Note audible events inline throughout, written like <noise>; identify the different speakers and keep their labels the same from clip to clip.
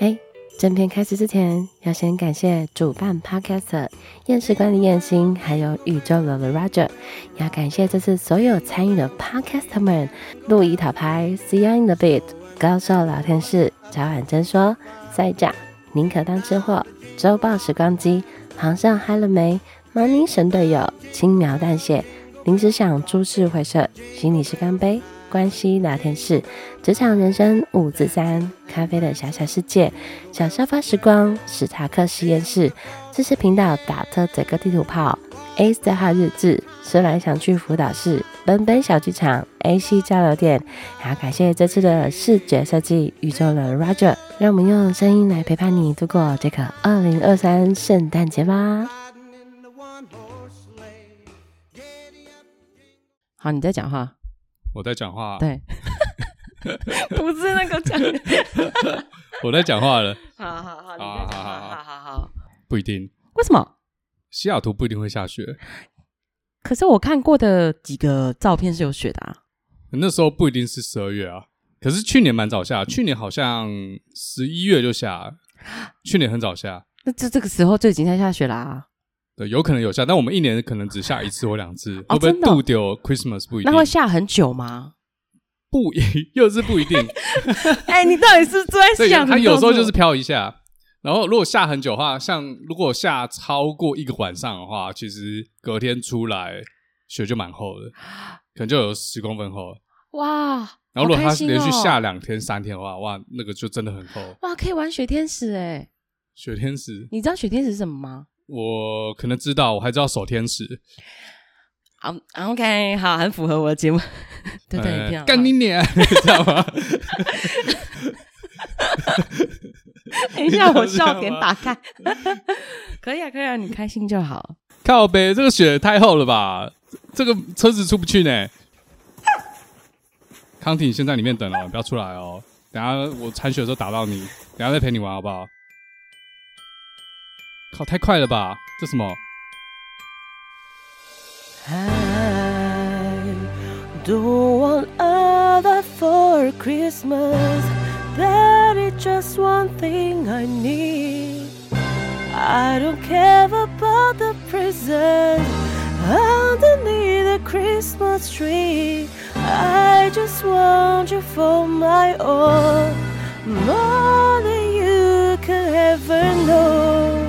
Speaker 1: 哎，正片开始之前，要先感谢主办 Podcaster 验尸官的燕心，还有宇宙流的 Roger，也要感谢这次所有参与的 Podcaster 们：路易塔牌、C I n the Beat、高手聊天室、早晚真说、赛架、宁可当吃货、周报时光机、皇上嗨了没、盲宁神队友、轻描淡写、临时想诸事回社、心理是干杯、关系聊天室。职场人生五至三，咖啡的小小世界，小沙发时光，史塔克实验室，知识频道打特整个地图炮，A Star 号日志，思来想去辅导室，奔奔小剧场，A C 交流店，还要感谢这次的视觉设计宇宙的 Roger，让我们用声音来陪伴你度过这个二零二三圣诞节吧。好，你在讲
Speaker 2: <laughs>
Speaker 1: 话，
Speaker 3: 我在讲话，
Speaker 1: 对，不是那个讲。
Speaker 3: 我在讲话了，
Speaker 1: <laughs> 好好好，你
Speaker 3: 好
Speaker 1: 再讲
Speaker 3: 好
Speaker 1: 话，好
Speaker 3: 好
Speaker 1: 好好。
Speaker 3: 不一定，
Speaker 2: 为什么？
Speaker 3: 西雅图不一定会下雪，
Speaker 2: 可是我看过的几个照片是有雪的啊。
Speaker 3: 那时候不一定是十二月啊。可是去年蛮早下，去年好像十一月就下
Speaker 2: <gasps>
Speaker 3: 了，去年很早下，
Speaker 2: 那这这个时候就已经在下雪啊啦、
Speaker 3: 对，有可能有下，但我们一年可能只下一次或两次，
Speaker 2: 哦
Speaker 3: 会不会
Speaker 2: 真的哦
Speaker 3: 度丢 Christmas 不一定
Speaker 2: 那，会下很久吗？
Speaker 3: 不一 <laughs> 又是不一定，
Speaker 2: <laughs> 哎、你到底是不是
Speaker 3: 所
Speaker 2: 在
Speaker 3: 以
Speaker 2: 想？
Speaker 3: 它有时候就是
Speaker 2: 你
Speaker 3: 飘一下。然后如果下很久的话，像如果下超过一个晚上的话，其实隔天出来雪就蛮厚
Speaker 2: <gasps>
Speaker 3: 的，可能就有十公分厚了。
Speaker 2: 哇，
Speaker 3: 然后如果
Speaker 2: 好
Speaker 3: 它
Speaker 2: 开心
Speaker 3: 连续
Speaker 2: 哦
Speaker 3: 下两天、三天的话，哇，那个就真的很厚。
Speaker 2: 哇，可以玩雪天使哎、
Speaker 3: 雪天使，
Speaker 2: 你知道雪天使是什么吗？
Speaker 3: 我可能知道，我还知道手天使。
Speaker 2: 好、o k 啊好，很符合我的节目， <laughs> 对对，
Speaker 3: 呃
Speaker 2: 你听好
Speaker 3: 干你娘， <laughs> 知道吗？
Speaker 2: <laughs> 等一下，我笑点打开， <laughs> 可以啊，可以啊，你开心就好。
Speaker 3: 靠北，这个雪太厚了吧？这个车子出不去呢。康体，你先在里面等哦，你不要出来哦。等下我铲雪的时候打到你，等下再陪你玩好不好？靠，太快了吧？这什么？
Speaker 4: I don't want other for Christmas. There is just one thing I need. I don't care about the present underneath the Christmas tree. I just want you for my own, more than you could ever know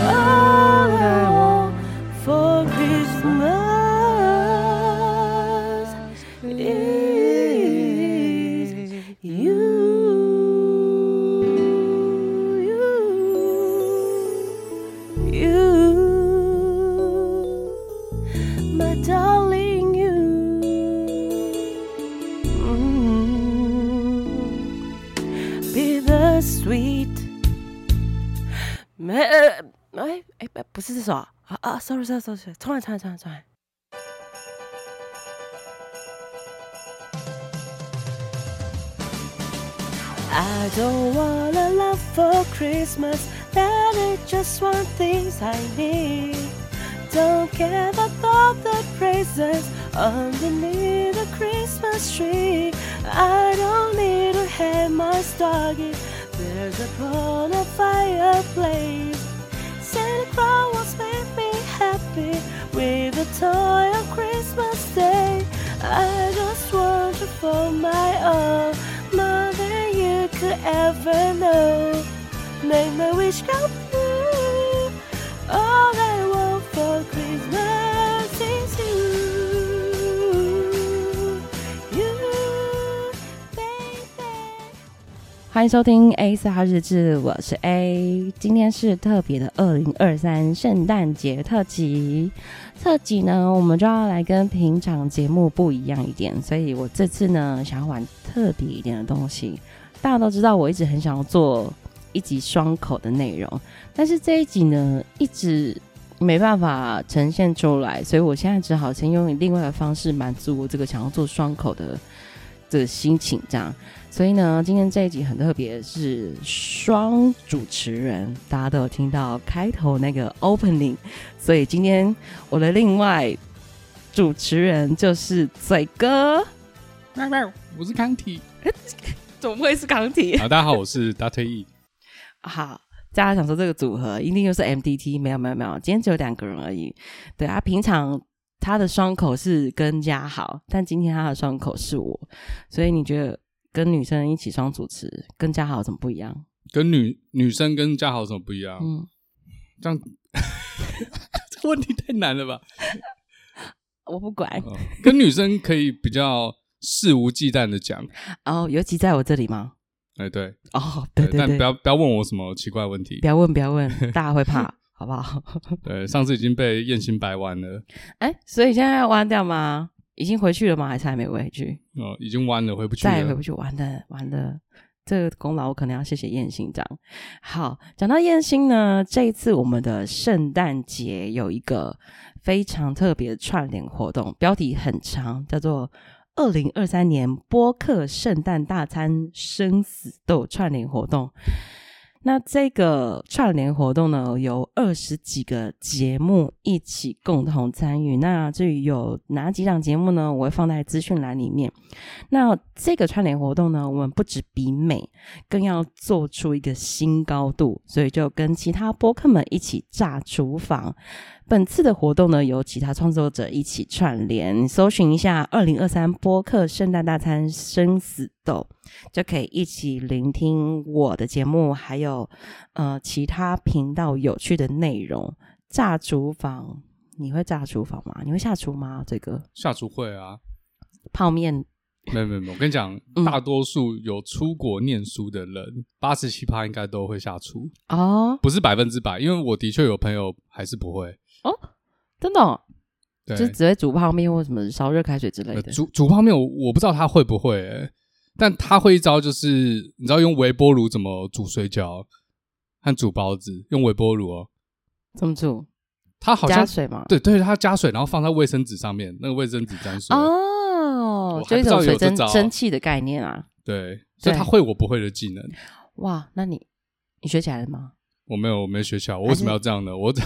Speaker 4: All I want for Christmas is you. You, you, my darling, you. Mm. Be the sweet。没，eh, 呃哎哎，哎 eh, 不是这首啊啊啊！Sorry Sorry Sorry，sorry，重来重来重来重来。I don't want a love for Christmas. That is just one thing I need. Don't care about the presents underneath the Christmas tree. I don't need to have my stocking. There's a corner fireplace. Santa Claus made me happy with a toy on Christmas Day. I just want you for my own, more than you could ever know. Make my wish come true. All I want for Christmas is you, you, baby.
Speaker 2: 欢迎收听 A 四号日志，我是 A。今天是特别的二零二三圣诞节特辑，特辑呢，我们就要来跟平常节目不一样一点，所以我这次呢，想要玩特别一点的东西。大家都知道，我一直很想要做一集双口的内容，但是这一集呢，一直没办法呈现出来，所以我现在只好先用另外的方式满足我这个想要做双口的这个心情，这样。所以呢，今天这一集很特别，是双主持人，大家都有听到开头那个 opening，所以今天我的另外主持人就是嘴哥，
Speaker 3: 喵喵，我是康体。
Speaker 2: 怎么会是钢铁？
Speaker 3: 啊，大家好，我是 Doctor E。
Speaker 2: 好，大家想说这个组合一定又是 MDT？没有没有没有，今天只有两个人而已。对啊，平常他的双口是跟嘉豪，但今天他的双口是我，所以你觉得跟女生一起双主持跟嘉豪怎么不一样？
Speaker 3: 跟女女生跟嘉豪有什么不一样？
Speaker 2: 嗯，
Speaker 3: 这样 <laughs> 这个问题太难了吧？
Speaker 2: 我不管
Speaker 3: 哦跟女生可以比较肆无忌惮的讲，
Speaker 2: 哦，尤其在我这里吗？
Speaker 3: 哎，对，
Speaker 2: 哦，对对
Speaker 3: 但
Speaker 2: 对，
Speaker 3: 不要不要问我什么奇怪问题
Speaker 2: 不。要问不要问， <laughs> 大家会怕，好不好？
Speaker 3: 对，上次已经被燕心白玩了，
Speaker 2: 哎，所以现在要弯掉吗？已经回去了吗？还是还没回去？
Speaker 3: 哦，已经弯了，回不去
Speaker 2: 再也回
Speaker 3: 了
Speaker 2: 不。去，完了完了，这个功劳我可能要谢谢燕心长。好，讲到燕心呢，这一次我们的圣诞节有一个非常特别的串联活动，标题很长，叫做。二零二三年播客圣诞大餐生死斗串联活动，那这个串联活动呢，由二十几个节目一起共同参与。那至于有哪几档节目呢，我会放在资讯栏里面。那这个串联活动呢，我们不止比美，更要做出一个新高度，所以就跟其他播客们一起炸厨房。本次的活动呢，由其他创作者一起串联，搜寻一下“二零二三播客圣诞大餐生死斗”，就可以一起聆听我的节目，还有呃其他频道有趣的内容。炸厨房，你会炸厨房吗？你会下厨吗？这个
Speaker 3: 下厨会啊，
Speaker 2: 泡面
Speaker 3: 没有没有没有，我跟你讲
Speaker 2: 嗯，
Speaker 3: 大多数有出国念书的人，八十七趴应该都会下厨，
Speaker 2: 哦
Speaker 3: 不是百分之百，因为我的确有朋友还是不会。
Speaker 2: 哦，真的、哦，
Speaker 3: 对，
Speaker 2: 就是只会煮泡面或什么烧热开水之类
Speaker 3: 呃
Speaker 2: 的。
Speaker 3: 煮煮泡面我我不知道他会不会、欸，但他会一招就是你知道用微波炉怎么煮水饺和煮包子，用微波炉哦，
Speaker 2: 怎么煮？
Speaker 3: 他好
Speaker 2: 加
Speaker 3: 像
Speaker 2: 水吗？
Speaker 3: 对对，他加水然后放在卫生纸上面，那个卫生纸沾水，
Speaker 2: 哦
Speaker 3: 啊我，
Speaker 2: 就
Speaker 3: 还
Speaker 2: 一
Speaker 3: 不知
Speaker 2: 种
Speaker 3: 道
Speaker 2: 水
Speaker 3: 有这
Speaker 2: 蒸
Speaker 3: 招啊
Speaker 2: 蒸汽的概念啊。
Speaker 3: 对，所以他会我不会的技能，
Speaker 2: 哇，那你你学起来了
Speaker 3: <laughs>
Speaker 2: 吗？ <laughs>
Speaker 3: 我没有我没学起来，我为什么要这样呢？我只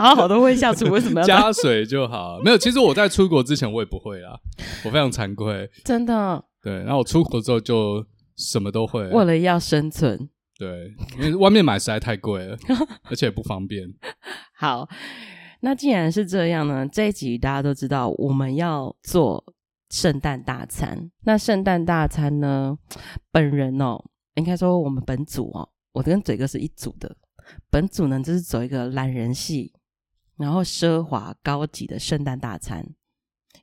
Speaker 2: 好好的问下厨为什么
Speaker 3: 要
Speaker 2: 这样？
Speaker 3: 加水就好，没有，其实我在出国之前我也不会啦，我非常惭愧，
Speaker 2: <laughs> 真的，
Speaker 3: 对，然后我出国之后就什么都会，
Speaker 2: 为了要生存。
Speaker 3: 对，因为外面买实在太贵了，而且也不方便。
Speaker 2: 好，那既然是这样呢，这一集大家都知道我们要做圣诞大餐。那圣诞大餐呢，本人哦，应该说我们本组哦，我跟嘴哥是一组的。本组呢，就是走一个懒人系，然后奢华高级的圣诞大餐。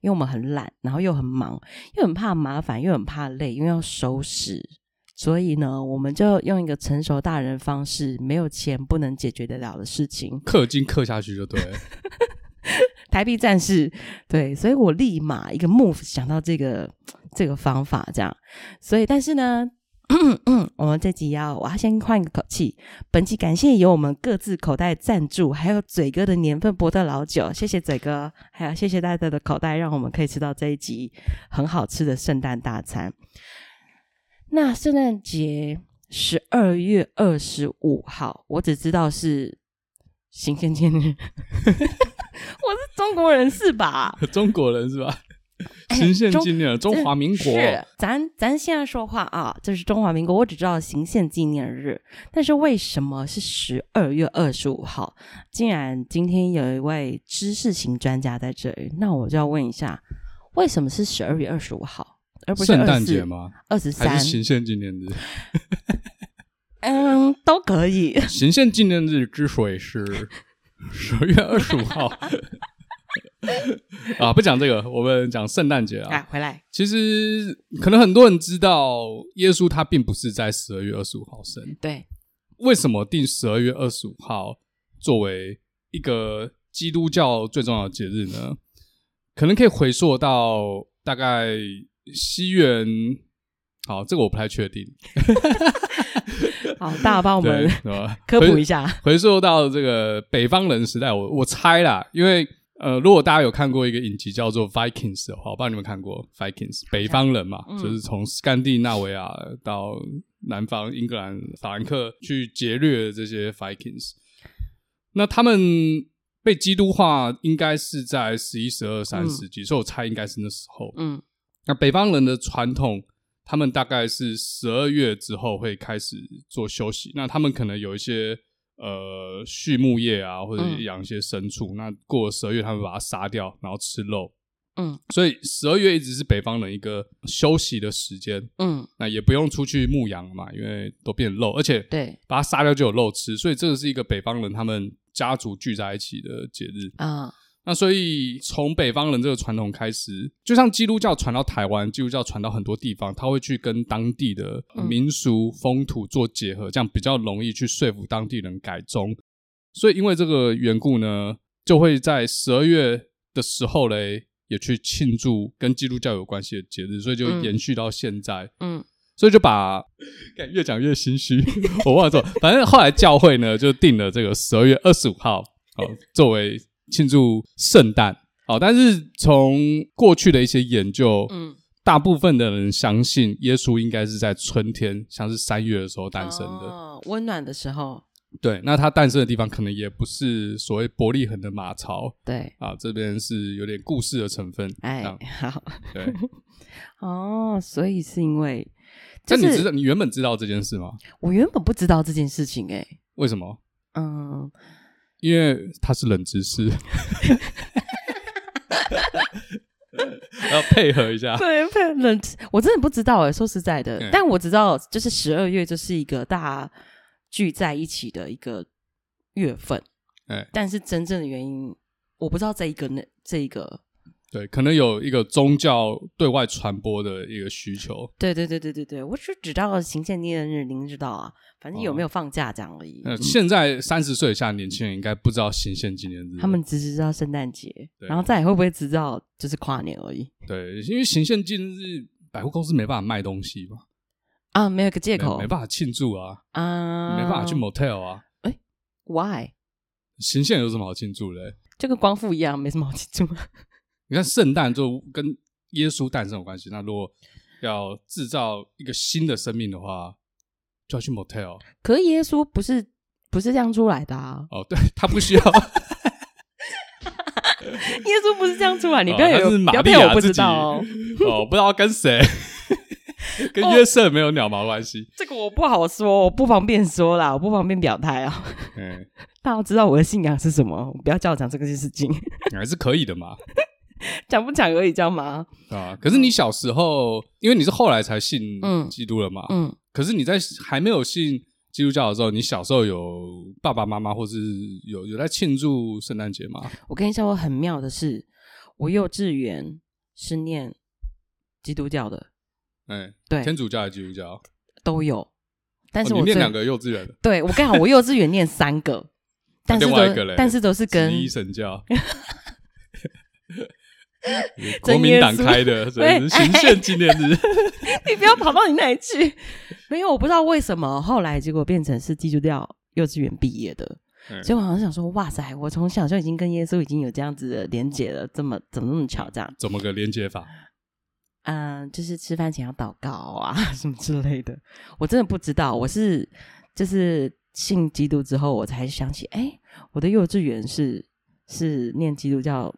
Speaker 2: 因为我们很懒，然后又很忙，又很怕麻烦，又很怕累，因为要收拾，所以呢，我们就用一个成熟大人方式，没有钱不能解决得了的事情，
Speaker 3: 氪金氪下去就对了。
Speaker 2: <laughs> 台币战士，对，所以我立马一个 move 想到这个这个方法，这样，所以但是呢。 <coughs> 我们这集要，我要先换一个口气。本期感谢由我们各自口袋赞助，还有嘴哥的年份伯特老酒，谢谢嘴哥，还有谢谢大家的口袋，让我们可以吃到这一集很好吃的圣诞大餐。那圣诞节十二月二十五号，我只知道是行宪纪念日， <laughs> 我是中国人是吧？
Speaker 3: 中国人是吧？
Speaker 2: 哎
Speaker 3: 行宪纪念日中华民国，
Speaker 2: 是，咱咱现在说话啊，这是中华民国，我只知道行宪纪念日，但是为什么是十二月二十五号？竟然今天有一位知识型专家在这里，那我就要问一下，为什么是十二月二十五号，而不是
Speaker 3: 圣诞节
Speaker 2: 24、
Speaker 3: 吗？
Speaker 2: 二十
Speaker 3: 还
Speaker 2: 三
Speaker 3: 是？行宪纪念日？
Speaker 2: 嗯，都可以。
Speaker 3: 行宪纪念日之所
Speaker 2: <laughs>
Speaker 3: 以是十月二十五号啊，不讲这个，我们讲圣诞节
Speaker 2: 啊
Speaker 3: 啊。，
Speaker 2: 回来，
Speaker 3: 其实可能很多人知道，耶稣他并不是在十二月二十五号生，
Speaker 2: 对，
Speaker 3: 为什么定十二月二十五号作为一个基督教最重要的节日呢？可能可以回溯到大概西元，好，这个我不太确定。
Speaker 2: 好，大家帮我
Speaker 3: 对
Speaker 2: 们，
Speaker 3: 呃
Speaker 2: <laughs> 科普一
Speaker 3: 下，
Speaker 2: 下。
Speaker 3: <laughs> 回溯到这个北方人时代，我我猜啦，因为呃，如果大家有看过一个影集叫做《Vikings》的话，我不知道你们有没有看过《Vikings》，北方人嘛，
Speaker 2: 嗯
Speaker 3: 就是从斯堪的纳维亚到南方英格兰法兰克去劫掠这些 Vikings。那他们被基督化应该是在十一、十二、三世纪，所以我猜应该是那时候。
Speaker 2: 嗯
Speaker 3: 那北方人的传统，他们大概是十二月之后会开始做休息。那他们可能有一些呃畜牧业啊，或者
Speaker 2: 嗯
Speaker 3: 养一些牲畜。那过了十二月，他们把它杀掉，然后吃肉。
Speaker 2: 嗯，
Speaker 3: 所以十二月一直是北方人一个休息的时间。
Speaker 2: 嗯，
Speaker 3: 那也不用出去牧羊嘛，因为都变肉，而且
Speaker 2: 对
Speaker 3: 把它杀掉就有肉吃，所以这个是一个北方人他们家族聚在一起的节日。
Speaker 2: 啊，
Speaker 3: 那所以从北方人这个传统开始，就像基督教传到台湾，基督教传到很多地方，他会去跟当地的
Speaker 2: 嗯
Speaker 3: 民俗风土做结合，这样比较容易去说服当地人改宗。所以因为这个缘故呢，就会在十二月的时候嘞，也去庆祝跟基督教有关系的节日，所以就
Speaker 2: 嗯
Speaker 3: 延续到现在。
Speaker 2: 嗯
Speaker 3: 所以就把干越讲越心虚， <laughs> 我忘了做。反正后来教会呢就定了这个十二月二十五号，哦，作为庆祝圣诞。好、但是从过去的一些研究，
Speaker 2: 嗯，
Speaker 3: 大部分的人相信耶稣应该是在春天，像是三月的时候诞生的。
Speaker 2: 哦温暖的时候，
Speaker 3: 对，那他诞生的地方可能也不是所谓伯利恒的马槽
Speaker 2: 对，
Speaker 3: 啊，这边是有点故事的成分。
Speaker 2: 哎
Speaker 3: 这样，
Speaker 2: <laughs> 好，
Speaker 3: 对。
Speaker 2: 哦，所以是因为，就
Speaker 3: 但你知
Speaker 2: 是
Speaker 3: 道，你原本知道这件事吗？
Speaker 2: 我原本不知道这件事情，哎，
Speaker 3: 为什么？ <laughs>
Speaker 2: 嗯，
Speaker 3: 因为它是冷知识， <laughs> 要配合
Speaker 2: <laughs>
Speaker 3: 一下。
Speaker 2: 对，被冷，我真的不知道哎、说实在的
Speaker 3: 嗯，
Speaker 2: 但我知道，就是十二月就是一个大家聚在一起的一个月份，
Speaker 3: 哎
Speaker 2: 但是真正的原因我不知道这一个呢，这一个，
Speaker 3: 对，可能有一个宗教对外传播的一个需求。
Speaker 2: 对对对对对对，我只知道行宪纪念日，您知道啊，反正有没有放假这样而已。嗯
Speaker 3: 呃，哦现在三十岁以下的年轻人应该不知道行宪纪念日，
Speaker 2: 他们只知道圣诞节，
Speaker 3: 对
Speaker 2: 然后再也会不会只知道就是跨年而已
Speaker 3: 对，因为行宪纪念日百货公司没办法卖东西嘛，
Speaker 2: 啊？没有一个借
Speaker 3: 没
Speaker 2: 口
Speaker 3: 没办法庆祝啊，
Speaker 2: 啊，
Speaker 3: 没办法去 motel 啊，
Speaker 2: Why？
Speaker 3: 行宪有什么好庆祝的嘞？
Speaker 2: 就跟光复一样，没什么好庆祝。
Speaker 3: 你看圣诞就跟耶稣诞生有关系，那如果要制造一个新的生命的话，就要去 motel。
Speaker 2: <laughs> 可是耶稣不是不是这样出来的啊？
Speaker 3: 哦，对 <laughs> 他不
Speaker 2: <laughs>
Speaker 3: 需要，
Speaker 2: 耶稣不是这样出来，你
Speaker 3: 哦
Speaker 2: 不要有
Speaker 3: 那是
Speaker 2: 不
Speaker 3: 玛
Speaker 2: 要
Speaker 3: 利
Speaker 2: 骗我
Speaker 3: 亚
Speaker 2: 不
Speaker 3: 自
Speaker 2: 知
Speaker 3: 己
Speaker 2: 道哦，
Speaker 3: <laughs> 哦，不知道跟
Speaker 2: <laughs>
Speaker 3: 谁，跟约瑟没有鸟毛关系。
Speaker 2: 这个我不好说，我不方便说啦，我不方便表态啊。 <laughs>
Speaker 3: 嗯，大
Speaker 2: 大家知道我的信仰是什么，不要叫我讲这个事情， <laughs>
Speaker 3: 还是可以的嘛，
Speaker 2: 讲不讲而已，知道吗？
Speaker 3: 啊。可是你小时候，因为你是后来才信
Speaker 2: 嗯
Speaker 3: 基督了嘛，
Speaker 2: 嗯，
Speaker 3: 可是你在还没有信基督教的时候，你小时候有爸爸妈妈或是有有在庆祝圣诞节吗？
Speaker 2: 我跟你说，我很妙的是，我幼稚园是念基督教的，
Speaker 3: 哎，
Speaker 2: 对，
Speaker 3: 天主教还是基督教？
Speaker 2: 都有。但是
Speaker 3: 哦
Speaker 2: 我
Speaker 3: 你
Speaker 2: 最、
Speaker 3: 念两个幼稚园的，
Speaker 2: 对我刚好我幼稚园念三
Speaker 3: <laughs>
Speaker 2: 个，但是
Speaker 3: 另
Speaker 2: 都
Speaker 3: 外一个嘞
Speaker 2: 但是都是跟
Speaker 3: 十一
Speaker 2: <laughs>
Speaker 3: 神教。 <laughs> 国民党开的，所以是行宪纪念日。
Speaker 2: <laughs> 你不要跑到你那里去。 <laughs> 没有，我不知道为什么后来结果变成是基督教幼稚园毕业的。
Speaker 3: 嗯
Speaker 2: 所以我好像想说，哇塞，我从小就已经跟耶稣已经有这样子的连结了，这么怎么那么巧这样？
Speaker 3: 怎么个连接法？
Speaker 2: 嗯，就是吃饭前要祷告啊， <laughs> 什么之类的。我真的不知道，我是就是信基督之后，我才想起，哎，我的幼稚园是是念基督教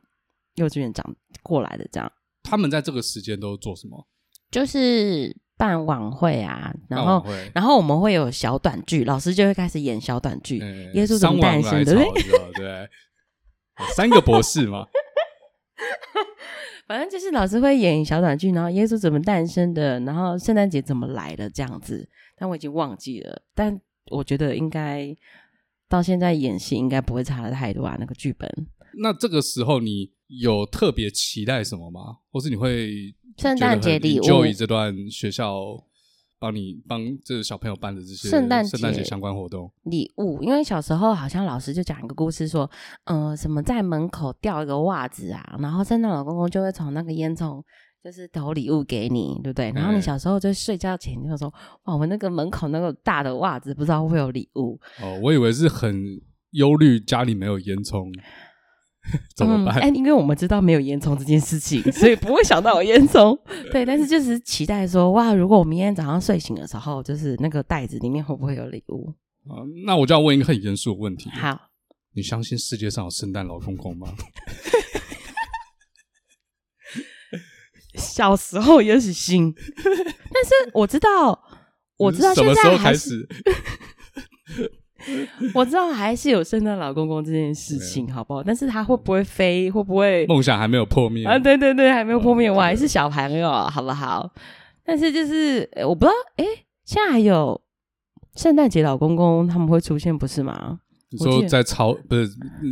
Speaker 2: 幼稚园长过来的，这样
Speaker 3: 他们在这个时间都做什么？
Speaker 2: 就是办晚会啊，然
Speaker 3: 办
Speaker 2: 后
Speaker 3: 晚会
Speaker 2: 然后我们会有小短剧，老师就会开始演小短剧。
Speaker 3: 哎
Speaker 2: 耶稣怎
Speaker 3: 三
Speaker 2: 么
Speaker 3: 万
Speaker 2: 诞
Speaker 3: 来
Speaker 2: 生
Speaker 3: 朝
Speaker 2: 的？
Speaker 3: 你知道对，哦三个博士嘛，
Speaker 2: 反正就是老师会演小短剧，然后耶稣怎么诞生的，然后圣诞节怎么来的这样子。但我已经忘记了，但我觉得应该到现在演戏应该不会差的太多啊，那个剧本。
Speaker 3: 那这个时候你有特别期待什么吗？或是你会
Speaker 1: 圣诞节礼物
Speaker 3: 就以这段学校帮你帮这个小朋友办的这些
Speaker 1: 圣诞节
Speaker 3: 圣诞节相关活动，
Speaker 2: 礼物，因为小时候好像老师就讲一个故事说，呃，什么在门口掉一个袜子啊，然后圣诞老公公就会从那个烟囱就是投礼物给你，对不对？然后你
Speaker 3: 嗯
Speaker 2: 小时候就睡觉前就说，哇，我那个门口那个大的袜子不知道会有礼物，
Speaker 3: 哦，我以为是很忧虑家里没有烟囱 <laughs> 怎么
Speaker 2: 嗯
Speaker 3: 办？
Speaker 2: 哎、因为我们知道没有烟囱这件事情，所以不会想到有烟囱。对，但是就是期待说，哇，如果我明天早上睡醒的时候，就是那个袋子里面会不会有礼物？
Speaker 3: 哦啊那我就要问一个很严肃的问题：
Speaker 2: 好，
Speaker 3: 你相信世界上有圣诞老公公吗？
Speaker 2: 小时候也许信，但是我知道，我知道
Speaker 3: <laughs> 嗯什
Speaker 2: 现
Speaker 3: 么时
Speaker 2: 在
Speaker 3: 候
Speaker 2: 还
Speaker 3: 开
Speaker 2: 是
Speaker 3: 始？
Speaker 2: 我知道还是有圣诞老公公这件事情，好不好？但是他会不会飞，会不会
Speaker 3: 梦想还没有破灭
Speaker 2: 啊？对对对，还没有破灭，
Speaker 3: 嗯
Speaker 2: 我还是小朋友，好不好？但是就是呃我不知道，哎，现在还有圣诞节老公公他们会出现，不是吗？
Speaker 3: 你
Speaker 2: 我记
Speaker 3: 说
Speaker 2: 得
Speaker 3: 在超不是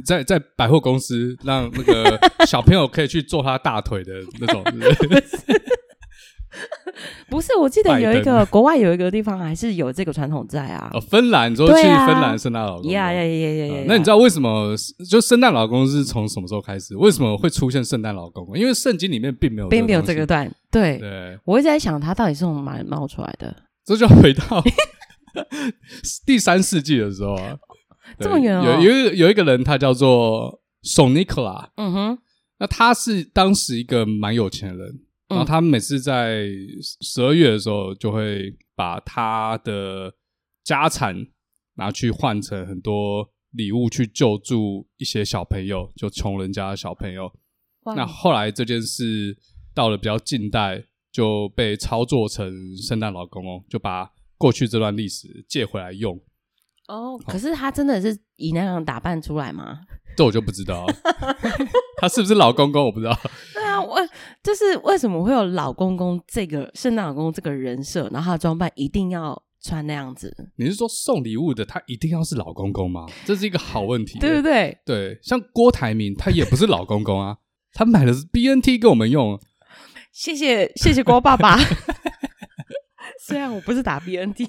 Speaker 3: 在在百货公司让那个
Speaker 2: <laughs>
Speaker 3: 小朋友可以去坐他大腿的那种， <laughs> 是不是
Speaker 2: 不是，我记
Speaker 3: 拜
Speaker 2: 得有一
Speaker 3: 登
Speaker 2: 个国外有一个地方还是有这个传统在啊
Speaker 3: 哦，。芬兰，你说去
Speaker 2: 对啊
Speaker 3: 芬兰圣诞老公公
Speaker 2: 呀呀呀呀
Speaker 3: 呃
Speaker 2: 呀！
Speaker 3: 那你知
Speaker 2: 道
Speaker 3: 道为什么就圣诞老公是从什么时候开始？为什么会出现圣诞老公公？因为圣经里面并没有
Speaker 2: 并没有
Speaker 3: 东西
Speaker 2: 这个段？对，
Speaker 3: 对，
Speaker 2: 我一直在想他到底是从哪里冒出来的。
Speaker 3: 这就回到第三世纪的时候啊，对
Speaker 2: <laughs> 这么远哦
Speaker 3: 有有一个有一个人，他叫做索尼克拉，
Speaker 2: 嗯哼，
Speaker 3: 那他是当时一个蛮有钱的人，然后他每次在十二月的时候，就会把他的家产拿去换成很多礼物去救助一些小朋友，就穷人家的小朋友。
Speaker 2: 哇哦
Speaker 3: 那后来这件事到了比较近代，就被操作成圣诞老公公，就把过去这段历史借回来用。
Speaker 2: 哦，可是他真的是以那样打扮出来 <laughs> 吗？
Speaker 3: 这我就不知道，他是不是老公公我不知道。
Speaker 2: 对啊，我就是为什么会有老公公这个圣诞老公公这个人设，然后他的装扮一定要穿那样子，
Speaker 3: 你是说送礼物的他一定要是老公公吗？这是一个好问题，
Speaker 2: 对不对？
Speaker 3: 对，像郭台铭他也不是老公公啊， <laughs> 他买的是 BNT 给我们用，
Speaker 2: 谢谢谢谢郭爸 <laughs> 爸，虽然我不是打 BNT，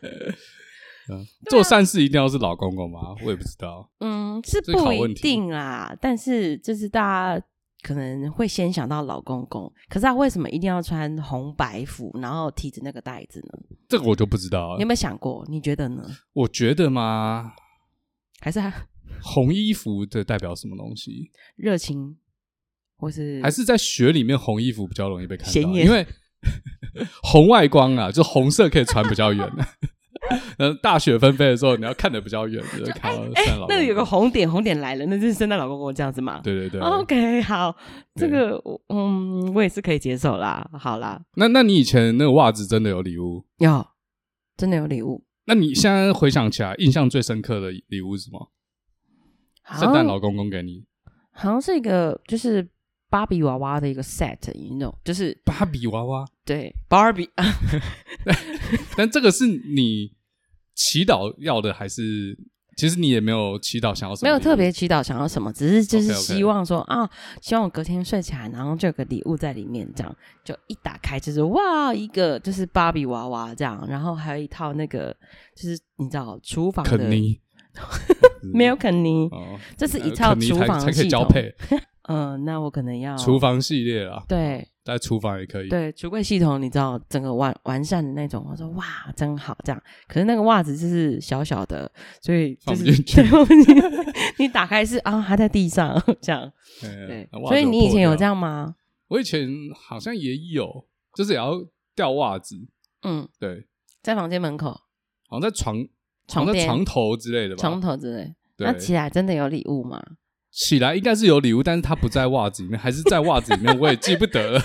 Speaker 2: 啊
Speaker 3: 做善事一定要是老公公吗？我也不知道。
Speaker 2: <laughs> 嗯，是
Speaker 3: 这个好
Speaker 2: 不
Speaker 3: 问
Speaker 2: 一
Speaker 3: 题
Speaker 2: 定啦，但是就是大家。可能会先想到老公公，可是他为什么一定要穿红白服，然后提着那个袋子呢？
Speaker 3: 这个我就不知道
Speaker 2: 你有
Speaker 3: 了。
Speaker 2: 没有想过？你觉得呢？
Speaker 3: 我觉得嘛，
Speaker 2: 还是他
Speaker 3: 红衣服的代表什么东西？
Speaker 2: 热情，或是
Speaker 3: 还是在雪里面红衣服比较容易被看
Speaker 2: 嗯显
Speaker 3: 到，
Speaker 2: 眼
Speaker 3: 因为 <laughs> 红外光啊，就红色可以传比较远。 <laughs> 然后大雪纷飞的时候，你要看得比较远，就会看到圣诞
Speaker 2: 哎
Speaker 3: 老公公。
Speaker 2: 那个有个红点，红点来了，那就是圣诞老公公这样子嘛。
Speaker 3: 对对对。
Speaker 2: OK，好，这
Speaker 3: 对
Speaker 2: 个我嗯，我也是可以接受啦。好啦，
Speaker 3: 那那你以前那个袜子真的有礼物？
Speaker 2: 有真的有礼物，
Speaker 3: 那你现在回想起来，印象最深刻的礼物是什么？
Speaker 2: 好
Speaker 3: 圣
Speaker 2: 像
Speaker 3: 诞老公公给你
Speaker 2: 好像是一个就是芭比娃娃的一个 set，you know，就是
Speaker 3: 芭比娃娃，
Speaker 2: 对芭比
Speaker 3: 但这个是你祈祷要的，还是其实你也没有祈祷想要什么？
Speaker 2: 没有特别。祈祷想要什么，只是就是
Speaker 3: OK，OK
Speaker 2: 希望说啊，希望我隔天睡起来，然后就有个礼物在里面，这样就一打开就是哇，一个就是芭比娃娃这样，然后还有一套那个就是你知道厨房的
Speaker 3: 肯尼
Speaker 2: <laughs> 没有肯尼，
Speaker 3: 哦，
Speaker 2: 这 <laughs> 是一套
Speaker 3: 肯尼
Speaker 2: 厨
Speaker 3: 才
Speaker 2: 房
Speaker 3: 才可
Speaker 2: 系
Speaker 3: 以交
Speaker 2: 统。
Speaker 3: 配，
Speaker 2: 嗯、那我可能要
Speaker 3: 厨房系列啦，
Speaker 2: 对
Speaker 3: 在厨房也可以。
Speaker 2: 对橱柜系统，你知道整个完完善的那种。我说哇，真好这样。可是那个袜子就是小小的，所以就
Speaker 3: 放
Speaker 2: 是
Speaker 3: 不进去
Speaker 2: <laughs> 对放不进去你打开是啊，还在地上这样。
Speaker 3: 嗯
Speaker 2: 对，
Speaker 3: 袜子
Speaker 2: 所以你以前有
Speaker 3: 破
Speaker 2: 这
Speaker 3: 掉？
Speaker 2: 样吗？
Speaker 3: 我以前好像也有，就是也要掉袜子，
Speaker 2: 嗯，
Speaker 3: 对，
Speaker 2: 在房间门口、
Speaker 3: 好像在床
Speaker 2: 床
Speaker 3: 好像在
Speaker 2: 边
Speaker 3: 哦床头之类的吧。
Speaker 2: 床头之类。
Speaker 3: 对
Speaker 2: 那起来真的有礼物吗？ <laughs>
Speaker 3: 起来应该是有礼物，但是它不在袜子里面，还是在袜子里面，我也记不
Speaker 2: <laughs>
Speaker 3: 得了。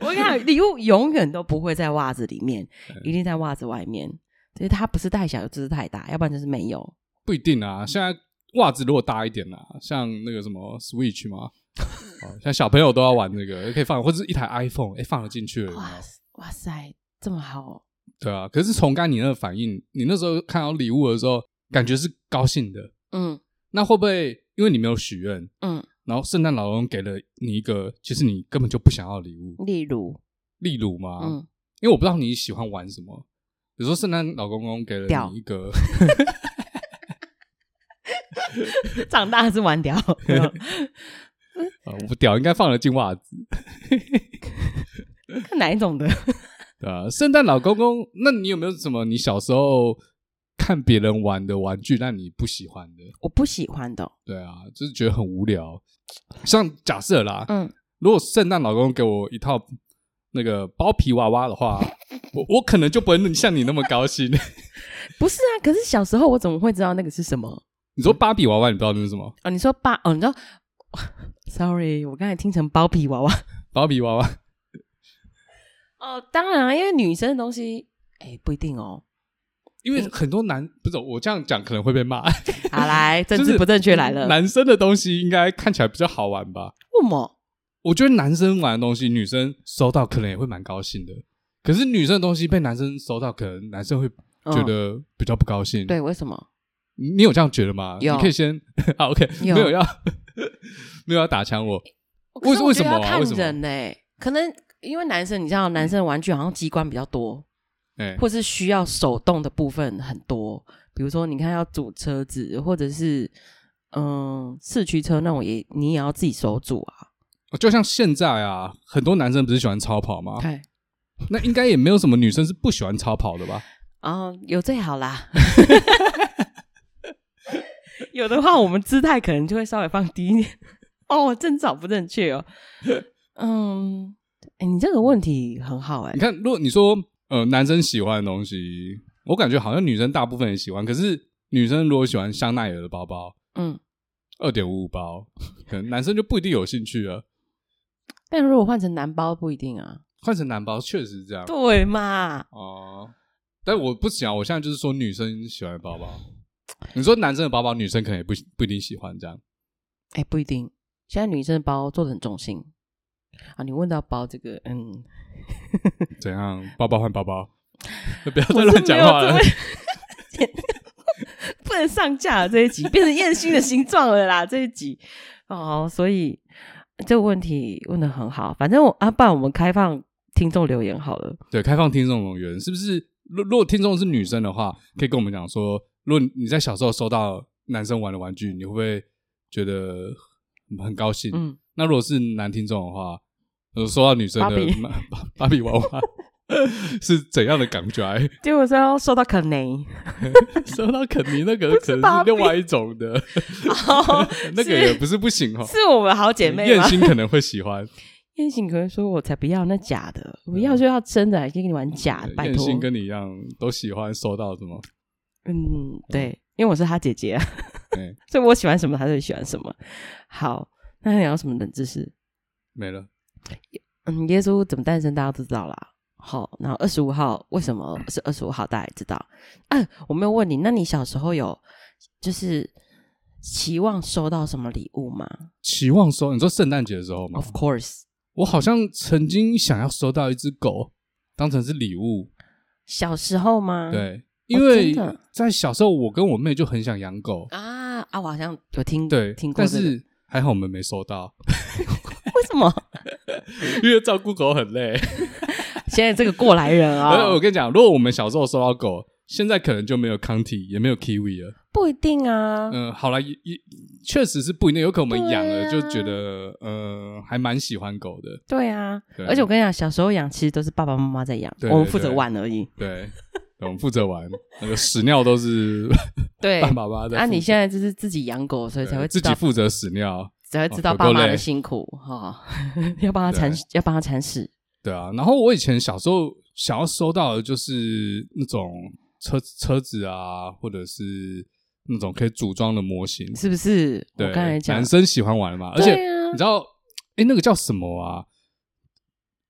Speaker 2: 我跟你讲，礼物永远都不会在袜子里面，一定在袜子外面。就是它不是太小，就是太大，要不然就是没有。
Speaker 3: 不一定啊，现在袜子如果大一点啦、像那个什么 Switch 嘛，哦，像小朋友都要玩那个，可以放，或者是一台 iPhone，哎、放了进去了有没有
Speaker 2: 哇塞哇塞，这么好哦！
Speaker 3: 对啊，可是从刚你那个反应，你那时候看到礼物的时候，感觉是高兴的，
Speaker 2: 嗯
Speaker 3: 那会不会因为你没有许愿，
Speaker 2: 嗯，
Speaker 3: 然后圣诞老公给了你一个其实你根本就不想要的礼物，
Speaker 2: 例如，
Speaker 3: 例如嘛，
Speaker 2: 嗯，
Speaker 3: 因为我不知道你喜欢玩什么，比如说圣诞老公公给了
Speaker 2: 屌
Speaker 3: 你一个。 <laughs>
Speaker 2: 长大是玩
Speaker 3: <laughs>
Speaker 2: 掉，没有
Speaker 3: 啊，我屌应该放得进袜子，
Speaker 2: 看哪一种的？ <laughs>
Speaker 3: 对啊，圣诞老公公，那你有没有什么你小时候看别人玩的玩具，但你不喜欢的？
Speaker 2: 我不喜欢的哦。
Speaker 3: 对啊，就是觉得很无聊。像假设啦，
Speaker 2: 嗯，
Speaker 3: 如果圣诞老公给我一套那个包皮娃娃的话，我我可能就不会像你那么高兴。 <laughs>
Speaker 2: 不是啊，可是小时候我怎么会知道那个是什么？
Speaker 3: 你说芭比娃娃，你不知道那是什么？
Speaker 2: 哦，你说 <laughs> 芭哦，你知道，sorry，我刚才听成包皮娃娃。
Speaker 3: 芭比娃娃，
Speaker 2: 哦，当然啊，因为女生的东西，哎，不一定
Speaker 3: <laughs>
Speaker 2: 哦。
Speaker 3: 因
Speaker 2: 嗯
Speaker 3: 为很多男不是我这样讲可能会被骂，
Speaker 2: 好，来，政
Speaker 3: 就是嗯
Speaker 2: 治不正确来了。
Speaker 3: 男生的东西应该看起来比较好玩吧？
Speaker 2: 为什么？
Speaker 3: 我觉得男生玩的东西，女生收到可能也会蛮高兴的。可是女生的东西被男生收到，可能男生会
Speaker 2: 嗯
Speaker 3: 觉得比较不高兴。
Speaker 2: 对，为什么？
Speaker 3: 你，你有这样觉得吗？你
Speaker 2: 有
Speaker 3: 可以先 <laughs> 好 OK，
Speaker 2: 有
Speaker 3: 没有要 <laughs> 没有要打枪我。
Speaker 2: 哦可是
Speaker 3: 为
Speaker 2: 我觉得
Speaker 3: 为什么啊
Speaker 2: 要看
Speaker 3: 为什么嗯
Speaker 2: 人呢、欸可能因为男生，你知道，男生的玩具好像机关比较多，
Speaker 3: 哎、
Speaker 2: 或是需要手动的部分很多。比如说，你看要组车子，或者是嗯四驱车那种也，你也要自己手组啊。
Speaker 3: 就像现在啊，很多男生不是喜欢超跑吗？
Speaker 2: 对，
Speaker 3: 那应该也没有什么女生是不喜欢超跑的吧？
Speaker 2: 然后哦有最好啦。 <laughs> 有的话，我们姿态可能就会稍微放低一点。 <laughs> 哦，正找不正 <laughs> 确哦。嗯，哎，你这个问题很好哎、
Speaker 3: 你看，如果你说呃男生喜欢的东西，我感觉好像女生大部分也喜欢。可是女生如果喜欢香奈儿的包包，
Speaker 2: 嗯，
Speaker 3: 二点五五包，可能男生就不一定有兴趣了。
Speaker 2: 但如果换成男包不一定啊。
Speaker 3: 换成男包确实是这样
Speaker 2: 对嘛？
Speaker 3: 哦、但我不讲，我现在就是说女生喜欢的包包。你说男生的包包，女生可能也不不一定喜欢这样。
Speaker 2: 哎、不一定。现在女生的包做的很中性啊。你问到包这个，嗯，
Speaker 3: 怎样？包包换包包， <laughs> 不要
Speaker 2: 我
Speaker 3: 再
Speaker 2: 是
Speaker 3: 乱
Speaker 2: 没
Speaker 3: 讲
Speaker 2: 有
Speaker 3: 话
Speaker 2: 这
Speaker 3: 了
Speaker 2: 么。 <laughs> 不能上架了这一集变成燕心的形状了啦， <laughs> 这一集哦，所以这个问题问的很好。反正我啊，不然我们开放听众留言好了。
Speaker 3: 对，开放听众留言，是不是？如如果听众是女生的话，可以跟我们讲说，如果你在小时候收到男生玩的玩具，你会不会觉得很高兴？
Speaker 2: 嗯，
Speaker 3: 那如果是男听众的话，呃，收到女生
Speaker 2: 芭
Speaker 3: 的
Speaker 2: 比
Speaker 3: 芭芭比娃娃是怎样的感觉？哎
Speaker 2: 结果是要收到肯尼，
Speaker 3: <laughs> 收到肯尼那个
Speaker 2: 不是
Speaker 3: 可能
Speaker 2: 芭
Speaker 3: 是
Speaker 2: 比
Speaker 3: 另外一种的，
Speaker 2: <laughs> 哦
Speaker 3: <laughs> 那个也不是不行哦。
Speaker 2: 是我们好姐妹
Speaker 3: 燕
Speaker 2: 吗？
Speaker 3: 心可能会喜 <laughs> 欢，
Speaker 2: 燕心可能说：“我才不要那假
Speaker 3: 啊
Speaker 2: 的，我要就要真的，还可以跟你玩假的，拜
Speaker 3: 燕
Speaker 2: 托。
Speaker 3: 心”跟你一样都喜欢收到什么？
Speaker 2: 嗯，对，因为我是她姐姐啊。
Speaker 3: 哎，
Speaker 2: <laughs> 所以我喜欢什么，他就喜欢什么。好，那你要什么冷知识？
Speaker 3: 没了。
Speaker 2: 嗯，耶稣怎么诞生大家都知道啦。好，然后二十五号为什么是二十五号，大家也知道。嗯、我没有问你，那你小时候有就是期望收到什么礼物吗
Speaker 3: 期望收，你说圣诞节的时候吗？
Speaker 2: ？Of course，
Speaker 3: 我好像曾经想要收到一只狗，当成是礼物。
Speaker 2: 小时候吗？
Speaker 3: 对，因为
Speaker 2: 嗯哦真的
Speaker 3: 在小时候，我跟我妹就很想养狗，
Speaker 2: 啊啊，我好像有听
Speaker 3: 对，
Speaker 2: 听过、
Speaker 3: 但
Speaker 2: 这个
Speaker 3: 是还好我们没收到，
Speaker 2: <laughs> 为什么
Speaker 3: 因为照顾狗很 <laughs> 累。
Speaker 2: 现在这个过来人啊、
Speaker 3: 而且我跟你讲，如果我们小时候收到狗，现在可能就没有康体，也没有 kiwi 了。
Speaker 2: 不一定啊。
Speaker 3: 嗯、好了，也也确实是不一定，有可能我们
Speaker 2: 对
Speaker 3: 养了
Speaker 2: 啊
Speaker 3: 就觉得，呃，还蛮喜欢狗的。
Speaker 2: 对啊，
Speaker 3: 对
Speaker 2: 而且我跟你讲，小时候养其实都是爸爸妈妈在养，
Speaker 3: 对
Speaker 2: 我们
Speaker 3: 对
Speaker 2: 负责
Speaker 3: 对
Speaker 2: 玩而已。
Speaker 3: 对， <laughs> 我们负责玩，那个屎尿都是
Speaker 2: 对，
Speaker 3: <laughs> 爸爸妈妈在负责。
Speaker 2: 啊，你现在就是自己养狗，所以才会
Speaker 3: 对
Speaker 2: 知
Speaker 3: 自
Speaker 2: 道
Speaker 3: 己负责屎尿。
Speaker 2: 才会知道
Speaker 3: 哦
Speaker 2: 爸
Speaker 3: 狗狗
Speaker 2: 妈的
Speaker 3: 累
Speaker 2: 辛苦哈， <laughs> 要帮他铲
Speaker 3: 对，
Speaker 2: 要帮他铲屎。
Speaker 3: 对啊，然后我以前小时候想要收到的就是那种车车子啊，或者是那种可以组装的模型。
Speaker 2: 是不是？我
Speaker 3: 对，
Speaker 2: 刚才讲
Speaker 3: 男，生喜欢玩嘛，而且
Speaker 2: 对啊
Speaker 3: 你知道，哎，那个叫什么啊？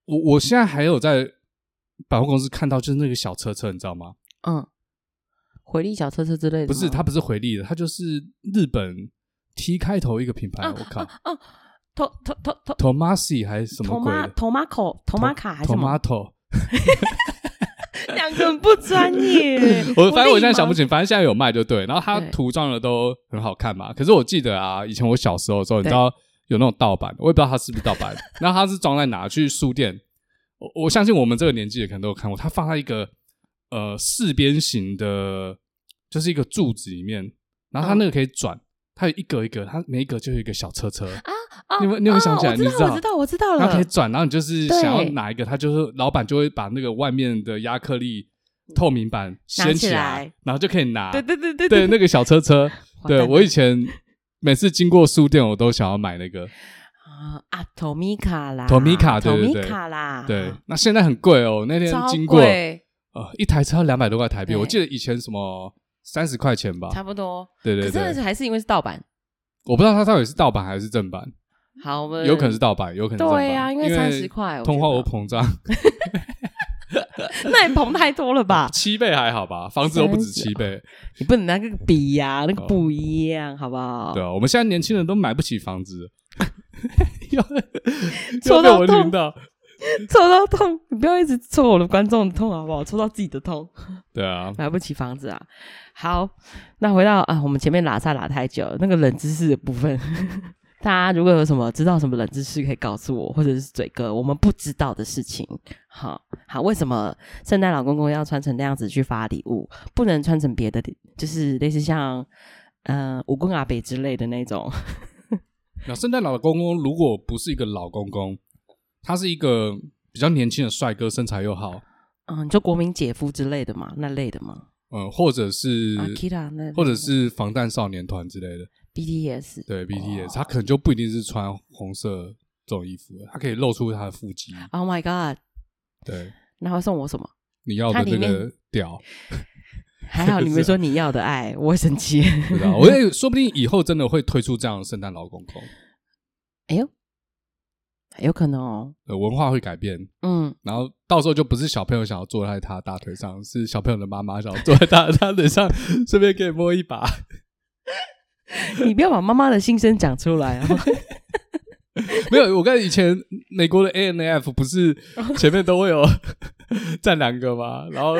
Speaker 3: 我我现在还有在百货公司看到，就是那个小车车，你知道吗？
Speaker 2: 嗯，回力小车车之类的吗，
Speaker 3: 不是，它不是回力的，它就是日本 T 开头一个品牌，我靠
Speaker 2: 哦，头头头头
Speaker 3: ，Tomasi 还是什
Speaker 2: 头
Speaker 3: 么鬼
Speaker 2: 马
Speaker 3: 的
Speaker 2: 头马口头马卡还是什么？
Speaker 3: ？Tomato，。
Speaker 2: <laughs> 两个很不专业
Speaker 3: <laughs>
Speaker 2: <laughs>
Speaker 3: 我反正我现在
Speaker 2: 立马
Speaker 3: 想不，起，反正现在有卖就对。然后它
Speaker 2: 对
Speaker 3: 涂装的都很好看嘛。可是我记得啊，以前我小时候的时候，你
Speaker 2: 对
Speaker 3: 知道有那种盗版，我也不知道它是不是盗 <laughs> 版。然后它是装在哪？去书店，我我相信我们这个年纪的可能都有看过。它放在一个呃四边形的，就是一个柱子里面，然后它那
Speaker 2: 哦
Speaker 3: 个可以转，它有一格一格，它每一格就有一个小车车，
Speaker 2: 哦
Speaker 3: 你有没有你有没有
Speaker 2: 哦
Speaker 3: 想起来
Speaker 2: 我
Speaker 3: 你
Speaker 2: 知
Speaker 3: 知
Speaker 2: 道，我
Speaker 3: 道
Speaker 2: 知道，我知道
Speaker 3: 然后可
Speaker 2: 了
Speaker 3: 以。转，然后你就是想要
Speaker 2: 对
Speaker 3: 哪一个，它就是老板就会把那个外面的亚克力透明板掀
Speaker 2: 嗯起
Speaker 3: 起
Speaker 2: 来
Speaker 3: 来，然后就可以拿。
Speaker 2: 对对对对
Speaker 3: 啊对，那个小车车，
Speaker 2: 完
Speaker 3: 对
Speaker 2: 蛋
Speaker 3: 我以前每次经过书店，我都想要买那个。
Speaker 2: 啊啊，头米卡啦，
Speaker 3: 头米卡对
Speaker 2: 头
Speaker 3: 对
Speaker 2: 米
Speaker 3: 对
Speaker 2: 卡啦，啊
Speaker 3: 对，那现在很贵哦。那天
Speaker 2: 超
Speaker 3: 经过，
Speaker 2: 贵，
Speaker 3: 呃，一台车两百多块台币。
Speaker 2: 对
Speaker 3: 我记得以前什么三十块钱吧，
Speaker 2: 差不多。
Speaker 3: 对
Speaker 2: 可
Speaker 3: 啊对
Speaker 2: 是
Speaker 3: 对
Speaker 2: 真的是，还是因为是盗版。
Speaker 3: 我不知道它到底是盗版还是正版，
Speaker 2: 好，我们
Speaker 3: 有可能是盗版，有可能是正版
Speaker 2: 对啊，因
Speaker 3: 因
Speaker 2: 为三十，块，
Speaker 3: 通货
Speaker 2: 我觉
Speaker 3: 膨胀 <laughs>
Speaker 2: 得 <laughs> 那你膨太多了吧？
Speaker 3: 七倍还好吧，房子都不止七倍，
Speaker 2: 你不能拿那个比呀、那个不一样，好不好？
Speaker 3: 对啊，我们现在年轻人都买不起
Speaker 2: <laughs>
Speaker 3: 房子，又
Speaker 2: 戳
Speaker 3: 又被
Speaker 2: 到
Speaker 3: 我
Speaker 2: 痛
Speaker 3: 听到，
Speaker 2: 戳到痛，你不要一直戳我的观众的痛，好不好？戳到自己的痛，
Speaker 3: 对啊，
Speaker 2: 买不起房子啊。好，那回到啊，我们前面拉萨拉太久了，那个冷知识的部分， <laughs> 大家如果有什么知道什么冷知识，可以告诉我，或者是嘴哥我们不知道的事情。好好，为什么圣诞老公公要穿成那样子去发礼物，不能穿成别的礼，就是类似像呃武功阿北之类的那种？
Speaker 3: 那圣诞老公公如果不是一个老公公，他是一个比较年轻的帅哥，身材又好，
Speaker 2: 嗯，就国民姐夫之类的嘛，那类的嘛。
Speaker 3: 嗯，或者是、
Speaker 2: 啊，Kira 那
Speaker 3: 或者是防弹少年团之类的，
Speaker 2: BTS，
Speaker 3: 对 BTS，、他可能就不一定是穿红色这种衣服了，他可以露出他的腹肌。
Speaker 2: ，Oh my God，
Speaker 3: 对，
Speaker 2: 然后送我
Speaker 3: <laughs>
Speaker 2: 什么？
Speaker 3: 你要
Speaker 2: 它
Speaker 3: 的
Speaker 2: 里
Speaker 3: 这
Speaker 2: 面
Speaker 3: 个屌，
Speaker 2: 还好你没说你要的爱，我会生气。
Speaker 3: 啊对吧？我也说不定以后真的会推出这样的圣诞老公公，
Speaker 2: <laughs> 哎呦，有可能哦。
Speaker 3: 呃，文化会改变。
Speaker 2: 嗯，
Speaker 3: 然后到时候就不是小朋友想要坐在他的大腿上，是小朋友的妈妈想要坐在他的大腿上，顺便可以摸一把。 <laughs>
Speaker 2: 你不要把妈妈的心声讲出来哦。
Speaker 3: 没有，我看以前美国的 A N F 不是前面都会有 <laughs> 站两个嘛，然后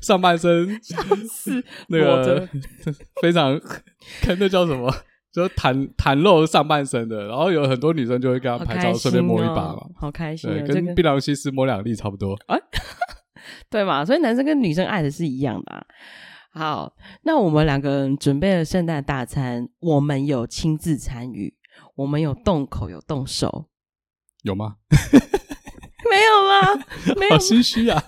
Speaker 3: 上半身
Speaker 2: 是，
Speaker 3: 那
Speaker 2: <laughs> 裸
Speaker 3: 个
Speaker 2: 着
Speaker 3: 非常，看那叫什么，就袒袒露上半身的，然后有很多女生就会跟他
Speaker 2: 好
Speaker 3: 拍
Speaker 2: 开
Speaker 3: 照，
Speaker 2: 心
Speaker 3: 顺便摸一
Speaker 2: 哦
Speaker 3: 把嘛，
Speaker 2: 好开心
Speaker 3: 对，
Speaker 2: 哦。这
Speaker 3: 跟
Speaker 2: 个
Speaker 3: 槟榔西施摸两粒差不多。
Speaker 2: 对嘛，所以男生跟女生爱的是一样的、啊。好，那我们两个人准备了圣诞大餐，我们有亲自参与，我们有动口，有动手， <laughs>
Speaker 3: 有吗？
Speaker 2: 没有啦， <laughs> 没哎有
Speaker 3: 好，心虚啊！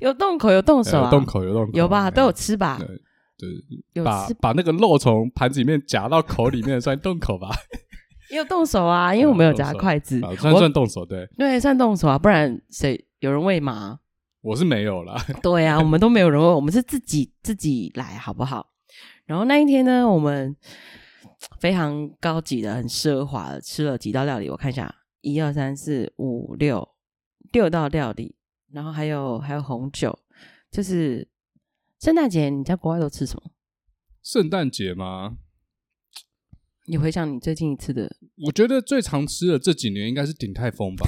Speaker 2: 有动口，有动手啊，
Speaker 3: 哎有洞口有洞口，
Speaker 2: 有吧，
Speaker 3: 哎
Speaker 2: 都有吃吧，
Speaker 3: 对对，
Speaker 2: 有
Speaker 3: 把
Speaker 2: 吃，
Speaker 3: 把那个肉从盘子里面夹到口里面算洞
Speaker 2: <laughs>
Speaker 3: 口吧，
Speaker 2: 也有动手啊，因为我们有夹
Speaker 3: 动手
Speaker 2: 筷子，
Speaker 3: 啊算
Speaker 2: 我
Speaker 3: 算动手。对，
Speaker 2: 对，算动手啊，不然谁有人喂吗？ <laughs>
Speaker 3: 我是没有啦。
Speaker 2: 对啊，我们都没有人喂，我们是自己自己来，好不好？然后那一天呢，我们非常高级的、很奢华的吃了几道料理，我看一下，一二三四五六六道料理，然后还有还有红酒，就是圣诞节你在国外都吃什么？
Speaker 3: 圣诞节吗？
Speaker 2: 你回想你最近一次的，
Speaker 3: 我觉得最常吃的这几年应该是鼎泰
Speaker 2: <laughs>
Speaker 3: 丰吧，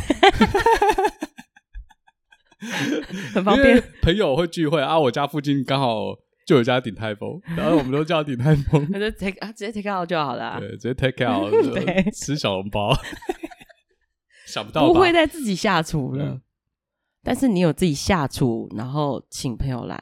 Speaker 2: 很方
Speaker 3: 因为
Speaker 2: 便，，
Speaker 3: 朋友会聚会啊，我家附近刚好就有一家鼎泰丰，然后我们都叫鼎泰丰
Speaker 2: 那就 take 啊，直接 take out 就好了啊、
Speaker 3: 对，直接 take
Speaker 2: <laughs>
Speaker 3: out
Speaker 2: 对
Speaker 3: 就吃小笼包， <laughs> 想不到
Speaker 2: 不
Speaker 3: 吧？
Speaker 2: 会再自己下厨了
Speaker 3: 嗯。
Speaker 2: 但是你有自己下厨，然后请朋友来，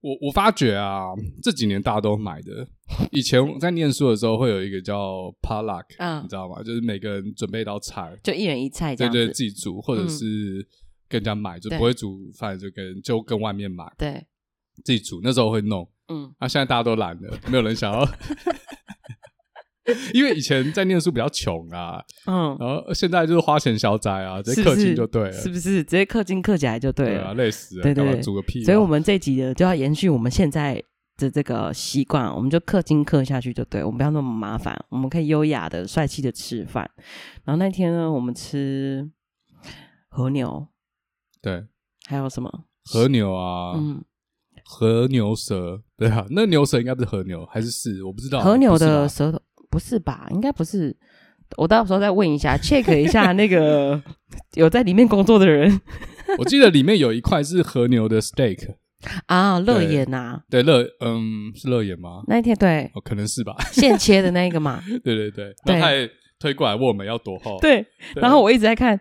Speaker 3: 我我发觉啊，这几年大家都买的。以前我在念书的时候，会有一个叫 potluck，、
Speaker 2: 嗯
Speaker 3: 你知道吗？就是每个人准备一道菜，
Speaker 2: 就一人一菜这
Speaker 3: 对
Speaker 2: 样子。
Speaker 3: 对，自己煮或者
Speaker 2: 嗯
Speaker 3: 是跟人家买，就
Speaker 2: 对
Speaker 3: 不会煮饭就跟就跟外面买，
Speaker 2: 对，
Speaker 3: 自己煮。那时候会弄，
Speaker 2: 嗯，
Speaker 3: 啊，现在大家都懒了，没有人
Speaker 2: <laughs>
Speaker 3: 想要。因为以前在念书比较穷啊，
Speaker 2: 嗯，
Speaker 3: 然后现在就是花钱消灾啊，直
Speaker 2: 是
Speaker 3: 接
Speaker 2: 不
Speaker 3: 氪
Speaker 2: 是
Speaker 3: 金就对了，
Speaker 2: 是不是？直接氪金氪起来就对
Speaker 3: 对
Speaker 2: 了。
Speaker 3: 啊，累死了，
Speaker 2: 对对
Speaker 3: 干
Speaker 2: 对
Speaker 3: 嘛煮个屁啊、
Speaker 2: 所以，我们这集的就要延续我们现在的这个习惯，我们就氪金氪下去就对，我们不要那么麻烦，我们可以优雅的、帅气的吃饭。然后那天呢，我们吃和牛，
Speaker 3: 对
Speaker 2: 还有什么？
Speaker 3: 和牛啊，
Speaker 2: 嗯，
Speaker 3: 和牛舌，对啊，那牛舌应该不是和牛，还是是我不知道啊
Speaker 2: 和牛
Speaker 3: 不
Speaker 2: 的
Speaker 3: 是
Speaker 2: 舌
Speaker 3: 吧
Speaker 2: 头不是吧？应该不是。我到时候再问一 <laughs> 下，check 一下那 <laughs> 个有在里面工作的人
Speaker 3: 我记得里面有一块是和牛的 steak，
Speaker 2: 啊，乐
Speaker 3: 对
Speaker 2: 眼呐、
Speaker 3: 对，乐嗯是乐眼吗？
Speaker 2: 那一天对
Speaker 3: 哦，可能是吧，
Speaker 2: 现切的那一个嘛，
Speaker 3: 对对对，
Speaker 2: 对
Speaker 3: 那他也推过来问我们要多厚，
Speaker 2: <laughs> 对，
Speaker 3: 对，
Speaker 2: 然后我一直在看，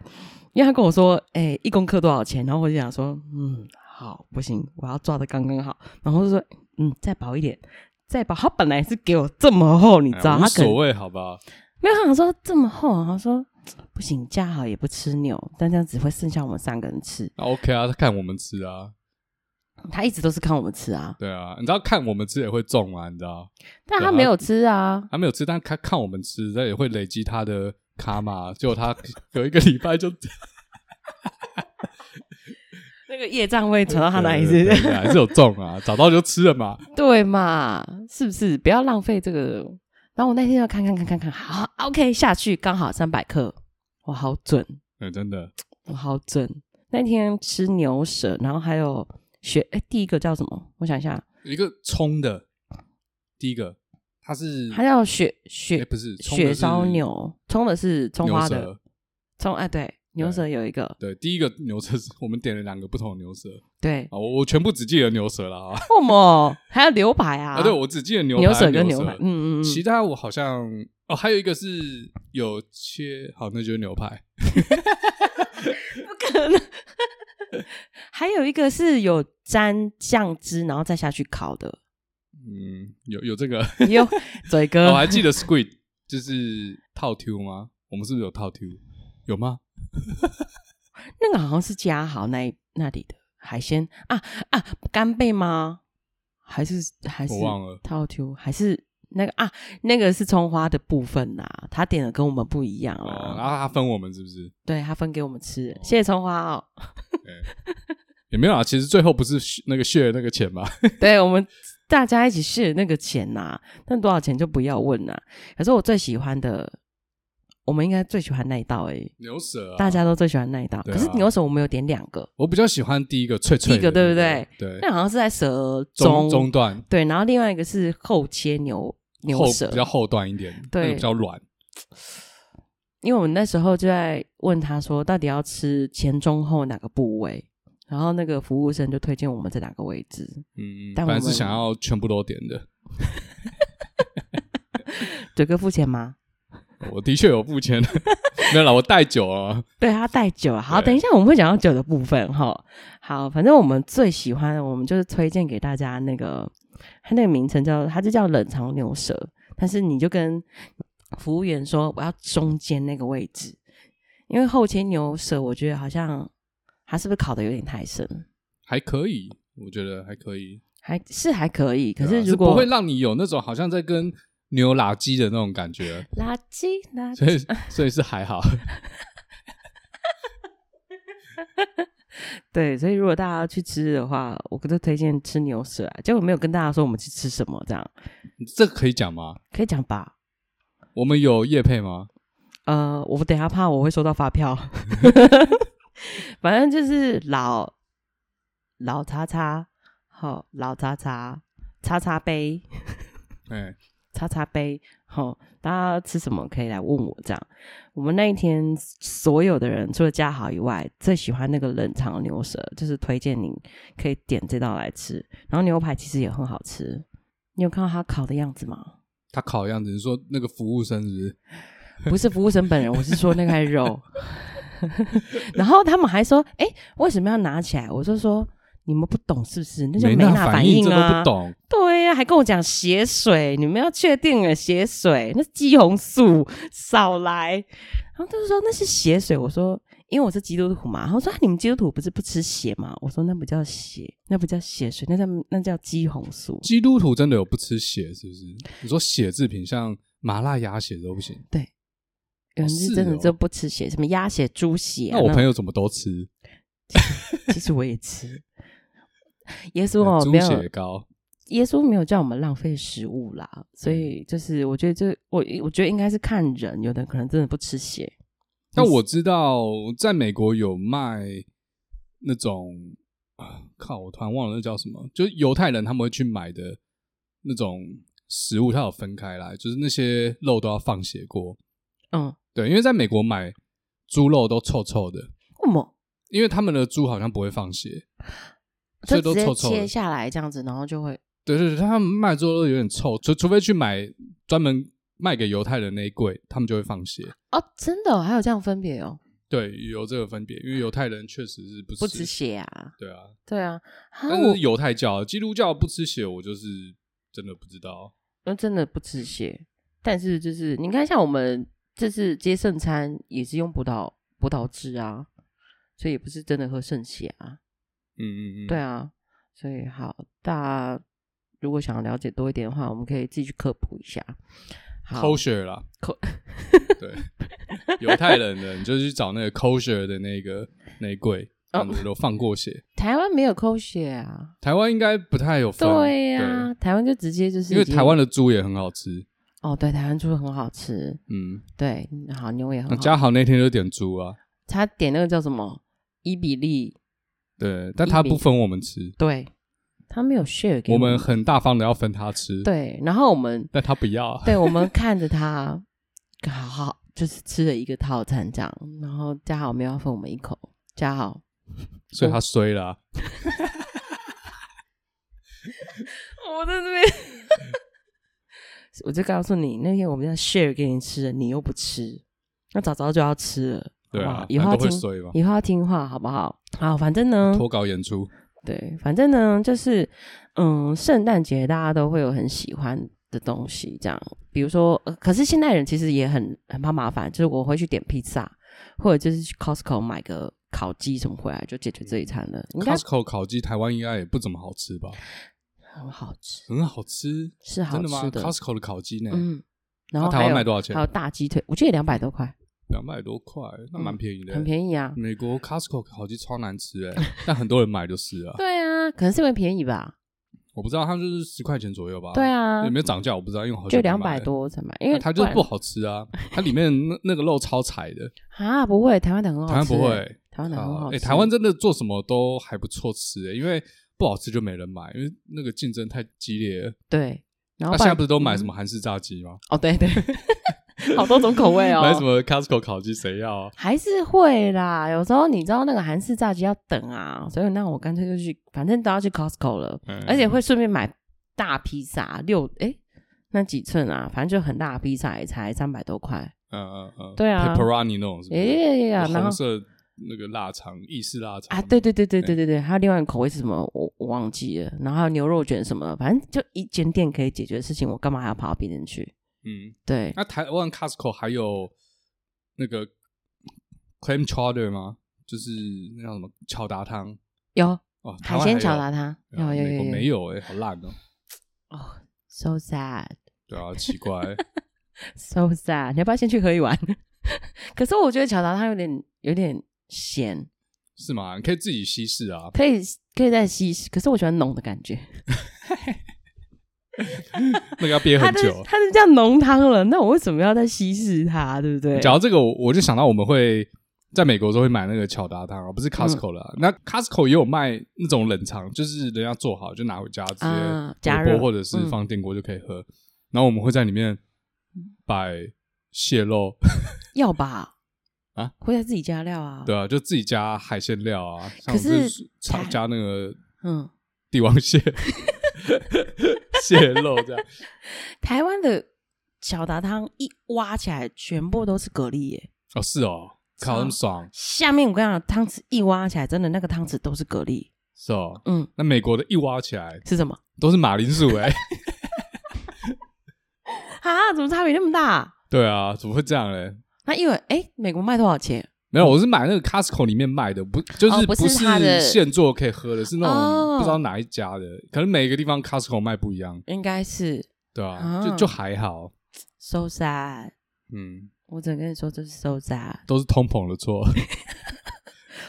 Speaker 2: 因为他跟我说，哎、一公克多少钱？然后我就想说，嗯，好，不行，我要抓的刚刚好。然后就说，嗯，再薄一点，再薄。他本来是给我这么厚，你
Speaker 3: 你
Speaker 2: 知道，
Speaker 3: 无
Speaker 2: 他可能
Speaker 3: 所谓，好吧，
Speaker 2: 没有他想说这么厚，然后说不行，加好也不吃牛，但这样只会剩下我们三个人吃。
Speaker 3: 那 OK 啊，他看我们吃啊，
Speaker 2: 他一直都是看我们吃啊，
Speaker 3: 对啊，你知道看我们吃也会中啊，你知道，
Speaker 2: 但
Speaker 3: 对
Speaker 2: 他
Speaker 3: 啊
Speaker 2: 没有吃啊。
Speaker 3: 他没有吃，但他看我们吃，那也会累积他的啊 <laughs> 卡嘛，结果他有一个礼拜就
Speaker 2: 那个业障会传到 <laughs> 他那里
Speaker 3: 对
Speaker 2: 是
Speaker 3: 对对对还是有中啊，找到就吃了嘛。
Speaker 2: 对嘛？是不是？不要浪费这个。然后我那天要看看看看看，好，OK，下去刚好三百克，我好准，
Speaker 3: 对，真的
Speaker 2: 我好准。那天吃牛舌，然后还有学，哎，第一个叫什么？我想一下，
Speaker 3: 有一个葱的，第一个它是
Speaker 2: 还有雪
Speaker 3: 哎
Speaker 2: 雪
Speaker 3: 不是葱的
Speaker 2: 雪
Speaker 3: 是
Speaker 2: 烧牛，葱的是葱花的
Speaker 3: 舌，
Speaker 2: 葱，哎，对，牛舌有一个，
Speaker 3: 对，第一个牛舌是我们点了两个不同的牛舌
Speaker 2: 对，
Speaker 3: 啊，我我全部只记得牛舌了啊
Speaker 2: 哦么？还有牛排啊？
Speaker 3: 啊，对我只记得牛
Speaker 2: 牛
Speaker 3: 排和
Speaker 2: 舌跟
Speaker 3: 牛
Speaker 2: 排，嗯嗯嗯，
Speaker 3: 其他我好像哦，还有一个是有切好，那就是牛排，
Speaker 2: 可能。还有一个是有沾酱汁，然后再下去烤的。
Speaker 3: 嗯，有有
Speaker 2: <laughs>
Speaker 3: 这个， <laughs>
Speaker 2: 哟，嘴哥，
Speaker 3: 我哦还记得 squid 就是套 Q 吗？我们是不是有套 Q？有吗？
Speaker 2: 那个好像是嘉豪那一那里的海鲜啊啊，干贝吗？还是还是
Speaker 3: 我忘了
Speaker 2: 套球，还是那个啊？那个是葱花的部分呐、他点的跟我们不一样啦。
Speaker 3: 哦，然后他分我们是不是？
Speaker 2: 对他分给我们吃，谢谢葱花哦。
Speaker 3: 也没有啊，其实最后不是 sh- 那个 share 那个钱嘛，
Speaker 2: 对我们大家一起试那个钱呐、但多少钱就不要问啦、可是我最喜欢的，我们应该最喜欢那一道诶、欸
Speaker 3: 牛舌、啊，
Speaker 2: 大家都最喜欢那一道。
Speaker 3: 对啊
Speaker 2: 可是牛手我们有点两个，
Speaker 3: 我比较喜欢第一个脆脆的
Speaker 2: 第一个对不对
Speaker 3: 那个对，
Speaker 2: 那好像是在舌
Speaker 3: 中中段
Speaker 2: 对，然后另外一个是厚切牛牛
Speaker 3: 后
Speaker 2: 舌
Speaker 3: 比，较后段一点，
Speaker 2: 对
Speaker 3: 那个比较软，
Speaker 2: 因为我们那时候就在问他说，到底要吃前中后哪个部位，然后那个服务生就推荐我们这两个位置，
Speaker 3: 嗯，
Speaker 2: 但
Speaker 3: 本
Speaker 2: 我
Speaker 3: 来
Speaker 2: 们
Speaker 3: 是想要全部都点的，
Speaker 2: 嘴哥付钱吗？
Speaker 3: 我的确 <laughs> 有付钱，没有啦，我带酒啊，
Speaker 2: 对他带酒啊，好，
Speaker 3: 对
Speaker 2: 等一下我们会讲到酒的部分哈。好，反正我们最喜欢的，我们就是推荐给大家那个，它那个名称叫，它就叫冷藏牛舌，但是你就跟服务员说我要中间那个位置，因为后切牛舌，我觉得好像它是不是烤的有点太深，
Speaker 3: 还可以，我觉得还可以。
Speaker 2: 还是还可以，可
Speaker 3: 对啊
Speaker 2: 如果
Speaker 3: 不会让你有那种好像在跟牛拉鸡的那种感觉，啊
Speaker 2: 垃圾垃圾 <laughs>
Speaker 3: 所以所以是还好。
Speaker 2: 对，所以如果大家要去吃的话，我都推荐吃牛舌、啊，结果没有跟大家说我们去吃什么，这样
Speaker 3: 这个可以讲吗？
Speaker 2: 可以讲吧？
Speaker 3: 我们有叶配吗？
Speaker 2: 呃，我等一下怕我会收到发票。反正就是老老叉叉，好、老叉叉叉叉杯
Speaker 3: 哎，
Speaker 2: 叉叉杯，好、大家吃什么可以来问我这样。我们那一天所有的人除了嘉豪以外，最喜欢那个冷藏牛舌，就是推荐你可以点这道来吃。然后牛排其实也很好吃，你有看到它烤的样子吗？
Speaker 3: 他烤的样子，你说那个服务生是不是？
Speaker 2: 不是服务生本人，我是说那块肉。 <laughs> 然后他们还说：“哎、为什么要拿起来？”我就说：“你们不懂是不是？那叫
Speaker 3: 没
Speaker 2: 娜
Speaker 3: 反
Speaker 2: 应
Speaker 3: 这都
Speaker 2: 啊！
Speaker 3: 不懂。
Speaker 2: 对呀、还跟我讲血水，你们要确定了血水，那是肌红素少来。”然后他就说：“那是血水。”我说：“因为我是基督徒嘛。”然后说、啊：“你们基督徒不是不吃血吗？”我说：“那不叫血，那不叫血水，那叫那叫肌红素。
Speaker 3: 基督徒真的有不吃血是不是？你说血制品像麻辣鸭血都不行，
Speaker 2: 有人
Speaker 3: 是
Speaker 2: 是真的
Speaker 3: 哦
Speaker 2: 就不吃血，什么鸭血、猪血啊、
Speaker 3: 那我
Speaker 2: 那
Speaker 3: 朋友怎么都吃？
Speaker 2: 其实我也吃。耶稣哦，
Speaker 3: 猪
Speaker 2: 没有
Speaker 3: 血糕，
Speaker 2: 耶稣没有叫我们浪费食物啦，
Speaker 3: 嗯
Speaker 2: 所以就是我觉得这我我觉得应该是看人，有的可能真的不吃血，嗯
Speaker 3: 但我知道在美国有卖那种，啊靠，我突然忘了那叫什么，就是犹太人他们会去买的那种食物，它有分开来，就是那些肉都要放血过。
Speaker 2: 嗯，
Speaker 3: 对，因为在美国买猪肉都臭臭的，
Speaker 2: 为什么？
Speaker 3: 因为他们的猪好像不会放血，所
Speaker 2: 就
Speaker 3: 以都
Speaker 2: 直
Speaker 3: 臭
Speaker 2: 接
Speaker 3: 臭的
Speaker 2: 切。下来这样子，然后就会
Speaker 3: 对对对，他们卖猪肉有点臭，除除非去买专门卖给犹太人那一柜，他们就会放血。
Speaker 2: 哦，真的哦、还有这样分别哦，
Speaker 3: 对，有这个分别，因为犹太人确实是不吃
Speaker 2: 不吃血啊，
Speaker 3: 对啊，
Speaker 2: 对啊，啊
Speaker 3: 但是犹太教、基督教不吃血，我就是真的不知道。
Speaker 2: 我真的不吃血，但是就是你看，像我们这次接圣餐也是用葡萄葡萄汁啊，所以也不是真的喝圣血啊，
Speaker 3: 嗯嗯嗯，
Speaker 2: 对啊，所以好，大家如果想要了解多一点的话，我们可以自己去科普一下。好，
Speaker 3: ，kosher 啦
Speaker 2: 口 <laughs>
Speaker 3: 对，犹太人的你就去找那个 kosher 的那个那一柜，
Speaker 2: 哦
Speaker 3: 我们都放过血。
Speaker 2: 台湾没有扣血啊，
Speaker 3: 台湾应该不太有分，
Speaker 2: 对呀、台湾就直接就是
Speaker 3: 啊对因为
Speaker 2: 已经
Speaker 3: 台湾的猪也很好吃，
Speaker 2: 哦，对，台湾猪很好吃，
Speaker 3: 嗯，
Speaker 2: 对，好牛也很
Speaker 3: 那
Speaker 2: 好
Speaker 3: 呃嘉
Speaker 2: 吃。
Speaker 3: 豪那天就点猪啊，
Speaker 2: 他点那个叫什么伊比利，
Speaker 3: 对，但他
Speaker 2: 一比
Speaker 3: 不分我们吃，
Speaker 2: 对，他没有 share 给
Speaker 3: 我们
Speaker 2: 们
Speaker 3: 很大方的要分他吃，，
Speaker 2: 对，然后我们
Speaker 3: 但他不要，
Speaker 2: 对，我们看着他，好好就是吃了一个套餐这样，然后嘉豪没有要分我们一口，嘉豪，
Speaker 3: 所以他衰了啊、
Speaker 2: <laughs> 我在这边，我就告诉你，那天我们要 share 给你吃的，你又不吃，那早早就要吃了，
Speaker 3: 对
Speaker 2: 好不
Speaker 3: 啊
Speaker 2: 好，以后要
Speaker 3: 反正都
Speaker 2: 听
Speaker 3: 会，衰嘛，
Speaker 2: 以后要听话，好不好？好，反正呢，
Speaker 3: 脱稿演出，
Speaker 2: 对，反正呢，就是嗯，圣诞节大家都会有很喜欢的东西，这样，比如说，呃可是现代人其实也很很怕麻烦，就是我会去点披萨，或者就是去 Costco 买个烤鸡什么回来就解决这一餐了，应该
Speaker 3: Costco 烤鸡台湾应该也不怎么好吃吧？
Speaker 2: 很好吃，
Speaker 3: 很好吃，
Speaker 2: 是好
Speaker 3: 嗯真的吗
Speaker 2: 吃的，
Speaker 3: ？Costco 的烤鸡呢，
Speaker 2: 嗯，然后
Speaker 3: 那台
Speaker 2: 还
Speaker 3: 湾
Speaker 2: 有
Speaker 3: 卖多少钱
Speaker 2: 还有大鸡腿，我记得两百多块，
Speaker 3: 两百多块，那蛮便宜的，
Speaker 2: 很便宜啊，
Speaker 3: 美国 Costco 烤鸡超难吃哎、 <laughs> 但很多人买就是啊，
Speaker 2: 对啊，可能是因为便宜吧，
Speaker 3: 我不知道它就是十块钱左右吧，
Speaker 2: 对啊
Speaker 3: 有没有涨价我不知道，因为我好久
Speaker 2: 就
Speaker 3: 没买
Speaker 2: 两百
Speaker 3: 了
Speaker 2: 多才买，因
Speaker 3: 那
Speaker 2: 为
Speaker 3: 它就是
Speaker 2: 然
Speaker 3: 不好吃啊，它里面那那个肉超柴
Speaker 2: <laughs>
Speaker 3: 的，
Speaker 2: 啊，不会，台湾的很好吃，
Speaker 3: 台湾不会，
Speaker 2: 台湾的很好
Speaker 3: 哎、
Speaker 2: 吃，
Speaker 3: 台湾真的做什么都还不错吃、欸，因为不好吃就没人买，因为那个竞争太激烈了。
Speaker 2: 对。然
Speaker 3: 那、
Speaker 2: 后
Speaker 3: 啊现在
Speaker 2: 然
Speaker 3: 不是都买
Speaker 2: 嗯
Speaker 3: 什么韩式炸鸡吗？
Speaker 2: 哦，对对， <laughs> 好多种口味哦。
Speaker 3: <laughs> 买什么 Costco 烤鸡谁要啊？
Speaker 2: 还是会啦，有时候你知道那个韩式炸鸡要等啊，所以那我干脆就去，反正都要去 Costco 了，
Speaker 3: 嗯
Speaker 2: 而且会顺便买大披萨，六诶，那几寸啊，反正就很大的披萨，也才三百多块。
Speaker 3: 嗯嗯嗯，
Speaker 2: 对啊
Speaker 3: p e p e r o n i 那种是不是？
Speaker 2: 诶呀呀呀，然
Speaker 3: 红
Speaker 2: 后
Speaker 3: 色那个腊肠，意式腊肠
Speaker 2: 啊，对对对对对对对，还有另外一个口味是什么？我我忘记了，然后还有牛肉卷什么的，反正就一间店可以解决的事情，我干嘛还要跑到别人去？
Speaker 3: 嗯，
Speaker 2: 对，
Speaker 3: 那台湾 Costco 还有那个 Clam Chowder 吗？就是那叫什么巧达汤
Speaker 2: 有
Speaker 3: 哦，台
Speaker 2: 海
Speaker 3: 湾还
Speaker 2: 鲜
Speaker 3: 有
Speaker 2: 巧达汤，有
Speaker 3: 啊
Speaker 2: 有
Speaker 3: 美
Speaker 2: 有
Speaker 3: 国
Speaker 2: 有
Speaker 3: 没有哎、好烂哦、
Speaker 2: 哦，so sad。
Speaker 3: 对啊，奇怪、 <laughs>
Speaker 2: So sad！你要不要先去喝一碗？可是我觉得巧达它有点有点咸，
Speaker 3: 是吗？你可以自己稀释啊，
Speaker 2: 可以可以再稀释，可是我喜欢浓的感觉。
Speaker 3: 那个要憋
Speaker 2: 它
Speaker 3: 很
Speaker 2: 都
Speaker 3: 久。
Speaker 2: 它都叫浓汤了，那我为什么要再稀释它？对不对？
Speaker 3: 讲到这个，我我就想到我们会在美国的时候会买那个巧达汤啊，不是
Speaker 2: 嗯
Speaker 3: Costco 了啊、那 Costco 也有卖那种冷藏，就是人家做好就拿回家直
Speaker 2: 啊
Speaker 3: 接
Speaker 2: 加
Speaker 3: 微波
Speaker 2: 热
Speaker 3: 或者是
Speaker 2: 嗯
Speaker 3: 放电锅就可以喝。然后我们会在里面摆蟹肉，
Speaker 2: 嗯要吧？
Speaker 3: 啊，
Speaker 2: 会在自己加料啊。
Speaker 3: <laughs> 对啊，就自己加海鲜料啊，像
Speaker 2: 可是
Speaker 3: 是炒加那个
Speaker 2: 嗯，
Speaker 3: 帝
Speaker 2: <laughs>
Speaker 3: 王蟹、蟹肉这样。
Speaker 2: 台湾的巧达汤一挖起来，全部都是蛤蜊耶。
Speaker 3: 哦，是哦，靠，那么爽，
Speaker 2: 下面我跟你讲，汤匙一挖起来，真的那个汤匙都是蛤蜊。
Speaker 3: 是哦。
Speaker 2: 嗯，
Speaker 3: 那美国的一挖起来
Speaker 2: 是什么
Speaker 3: 都是马铃
Speaker 2: <laughs>
Speaker 3: 薯哎、
Speaker 2: 啊？怎么差别那么大？
Speaker 3: 对啊，怎么会这样嘞？
Speaker 2: 那一碗哎，美国卖多少钱？
Speaker 3: 没有，我是买那个 Costco 里面卖的，不就
Speaker 2: 哦
Speaker 3: 是
Speaker 2: 不是
Speaker 3: 不
Speaker 2: 它的
Speaker 3: 是现做可以喝的，是那
Speaker 2: 哦
Speaker 3: 种不知道哪一家的，可能每个地方 Costco 卖不一样，
Speaker 2: 应该是
Speaker 3: 对啊，
Speaker 2: 啊
Speaker 3: 就就还好，
Speaker 2: so sad。
Speaker 3: 嗯，
Speaker 2: 我只能跟你说，这是 so sad，
Speaker 3: 都是通膨的错。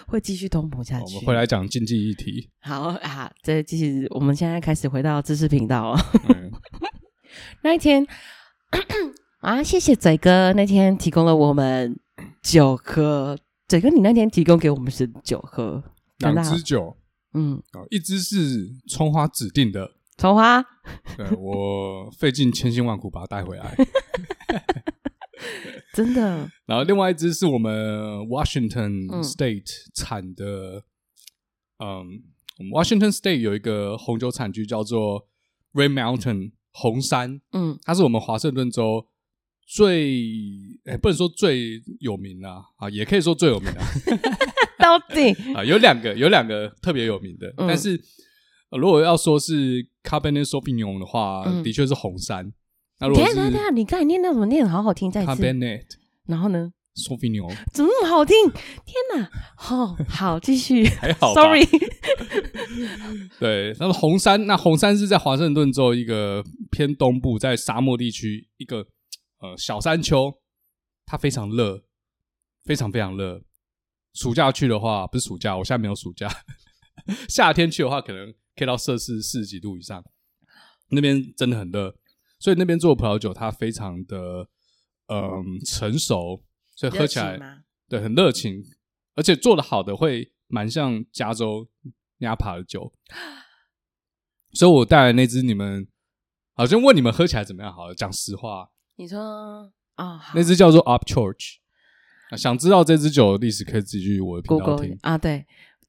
Speaker 2: 会继续通膨下
Speaker 3: 哦我
Speaker 2: 去。
Speaker 3: 们回来讲经济议
Speaker 2: <laughs>
Speaker 3: 题，
Speaker 2: 好啊，这继续，我们现在开始回到知识频道哦了。
Speaker 3: 嗯，
Speaker 2: 那一天 <coughs> 啊，谢谢嘴哥那天提供了我们酒喝。嘴哥，你那天提供给我们是酒喝，真的
Speaker 3: 两
Speaker 2: 啊
Speaker 3: 支酒
Speaker 2: 嗯，
Speaker 3: 啊，一支是葱花指定的，
Speaker 2: 从花
Speaker 3: 对我费尽千辛万苦把它带回来，
Speaker 2: 真的
Speaker 3: 然后另外一支是我们 Washington
Speaker 2: 嗯
Speaker 3: State 产的，嗯我们 Washington State 有一个红酒产区叫做 Red Mountain 红山， <laughs>
Speaker 2: 嗯，
Speaker 3: 它是我们华盛顿州最，哎、不能说最有名啦、啊，也可以说最
Speaker 2: <laughs>
Speaker 3: 有名啊，
Speaker 2: 到底
Speaker 3: 啊，有两个，有两个特别有名的，
Speaker 2: 嗯
Speaker 3: 但是、呃如果要说是 Cabernet Sauvignon 的话，
Speaker 2: 嗯
Speaker 3: 的确是红山。那如
Speaker 2: 等一
Speaker 3: 果
Speaker 2: 下
Speaker 3: 是
Speaker 2: 等一下等一下，你刚才念那怎么念得好好听，再一次。
Speaker 3: Cabernet
Speaker 2: 然后呢？
Speaker 3: Sauvignon
Speaker 2: 怎么那么好听？天哪！哦，好，继续。
Speaker 3: 还好吧
Speaker 2: Sorry，
Speaker 3: 对，那么红山，那红山是在华盛顿州一个偏东部，在沙漠地区一个呃小山丘，它非常热，非常非常热。暑假去的话，不是暑假，我现在没有暑假。 <laughs> 夏天去的话，可能可以到摄氏四十几度以上，那边真的很热，所以那边做的葡萄酒它非常的嗯成熟，所以喝起
Speaker 2: 热情
Speaker 3: 来
Speaker 2: 吗
Speaker 3: 对很热情，而且做的好的会蛮像加州纳帕的酒。所以我带来那支你们好像问你们喝起来怎么样？好了，讲实话，
Speaker 2: 你说哦，好
Speaker 3: 那支叫做 Up Church。啊想知道这支酒的历史，可以自己去我的频道
Speaker 2: Google
Speaker 3: 听。
Speaker 2: 啊，对，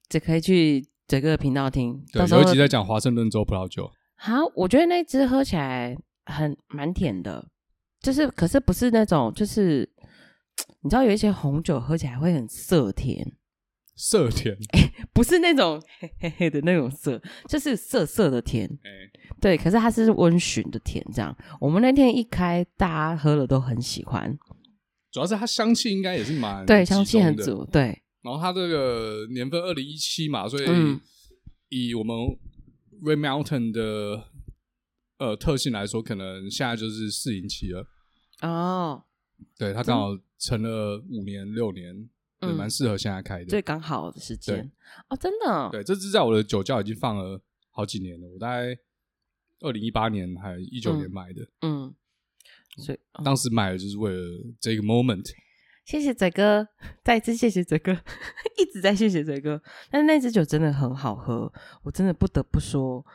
Speaker 2: 只可以去整个频道听，
Speaker 3: 对
Speaker 2: 到，时候
Speaker 3: 有一集在讲华盛顿州葡萄酒，
Speaker 2: 好，我觉得那支喝起来很蛮甜的，就是可是不是那种就是。你知道有一些红酒喝起来会很涩甜，
Speaker 3: 涩甜。
Speaker 2: 不是那种嘿嘿嘿的那种涩，就是涩涩的甜。
Speaker 3: 哎
Speaker 2: 对，可是它是温驯的甜，这样。我们那天一开，大家喝了都很喜欢，
Speaker 3: 主要是它香气应该也是蛮
Speaker 2: 对，香气很
Speaker 3: 集中的。
Speaker 2: 足，对，
Speaker 3: 然后它这个年份二零一七嘛，所以
Speaker 2: 嗯
Speaker 3: 以我们 Red Mountain 的呃特性来说，可能现在就是适应期了。
Speaker 2: 哦，
Speaker 3: 对，它刚好成了五年六年，也
Speaker 2: 嗯
Speaker 3: 蛮适合现在开的。
Speaker 2: 最刚好的时间哦，真的哦，
Speaker 3: 对，这支在我的酒窖已经放了好几年了，我大概二零一八年还一九年
Speaker 2: 嗯
Speaker 3: 买的，
Speaker 2: 嗯，所以、哦
Speaker 3: 当时买的就是为了这个 moment。
Speaker 2: 谢谢泽哥，再一次谢谢泽哥， <laughs> 一直在谢谢泽哥。但那支酒真的很好喝，我真的不得不说，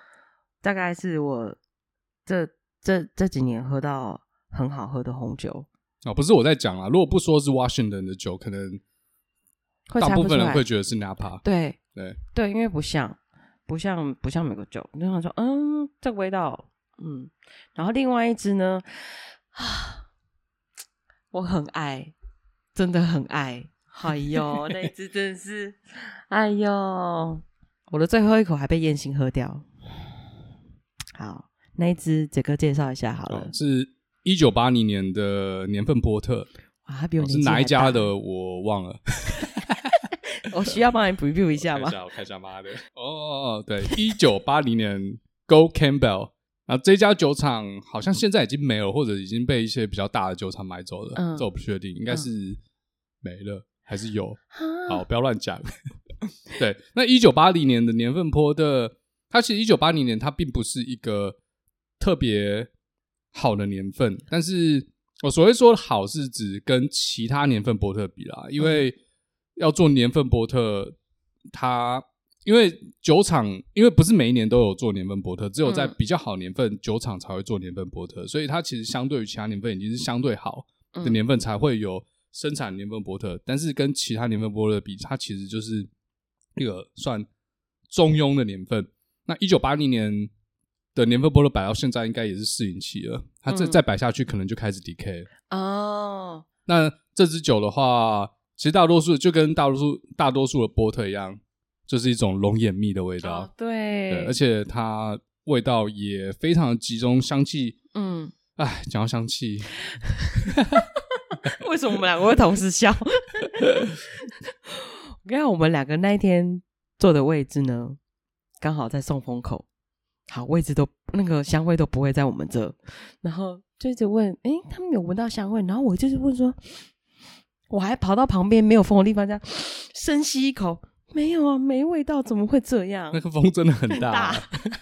Speaker 2: 大概是我这这这几年喝到很好喝的红酒，
Speaker 3: 哦，不是我在讲啦，如果不说是 Washington 的酒，可能
Speaker 2: 会
Speaker 3: 大
Speaker 2: 猜
Speaker 3: 部
Speaker 2: 不
Speaker 3: 分
Speaker 2: 出
Speaker 3: 人
Speaker 2: 来
Speaker 3: 会觉得是 Napa。
Speaker 2: 对
Speaker 3: 对
Speaker 2: 对，因为不像不像不像美国酒，你就想说，嗯，这个味道，嗯。然后另外一支呢，啊，我很爱，真的很爱。哎呦，那一支真的是，哎呦，我的最后一口还被燕心喝掉。好，那一支杰哥介绍一下好了
Speaker 3: 哦，。是一九八零年的年份波特，
Speaker 2: 哇，他比我
Speaker 3: 哦是
Speaker 2: 年纪
Speaker 3: 哪
Speaker 2: 还
Speaker 3: 一家
Speaker 2: 大？
Speaker 3: 的我忘了，
Speaker 2: 我需要帮你 review 一下
Speaker 3: <laughs> 我看
Speaker 2: 吗
Speaker 3: 一？下，我看一下妈的。哦哦，哦对，一九八零年 Go Campbell。啊，这家酒厂好像现在已经没有，或者已经被一些比较大的酒厂买走了，
Speaker 2: 嗯
Speaker 3: 这我不确定，应该
Speaker 2: 嗯
Speaker 3: 是没了、还是有？
Speaker 2: 啊
Speaker 3: 好，不要乱讲。对，那一九八零年的年份坡的，它其实一九八零年它并不是一个特别好的年份，但是我所谓说的好是指跟其他年份波特比啦，因为要做年份波特，它因为酒厂因为不是每一年都有做年份波特，只有在
Speaker 2: 嗯
Speaker 3: 比较好年份酒厂才会做年份波特，所以它其实相对于其他年份已经是相对好。的
Speaker 2: 嗯
Speaker 3: 年份才会有生产年份波特，但是跟其他年份波特比，它其实就是一个算中庸的年份。那一九八零年的年份波特摆到现在，应该也是适应期了。它这
Speaker 2: 嗯
Speaker 3: 再摆下去，可能就开始 decay 了。
Speaker 2: 哦，
Speaker 3: 那这支酒的话，其实大多数就跟大多数大多数的波特一样，就是一种龙眼蜜的味道。
Speaker 2: 哦对
Speaker 3: 对，而且它味道也非常的集中，香气，
Speaker 2: 嗯，
Speaker 3: 哎，讲到香气， <laughs>
Speaker 2: 为什么我们两个会同时笑？我跟你讲，我们两个那一天坐的位置呢，刚好在送风口，好位置都那个香味都不会在我们这，然后就一直问，诶，他们有闻到香味，然后我就是问说，我还跑到旁边没有风的地方，这样深吸一口，没有啊，没味道，怎么会这样
Speaker 3: <laughs> 那？个风真的很大，啊
Speaker 2: 很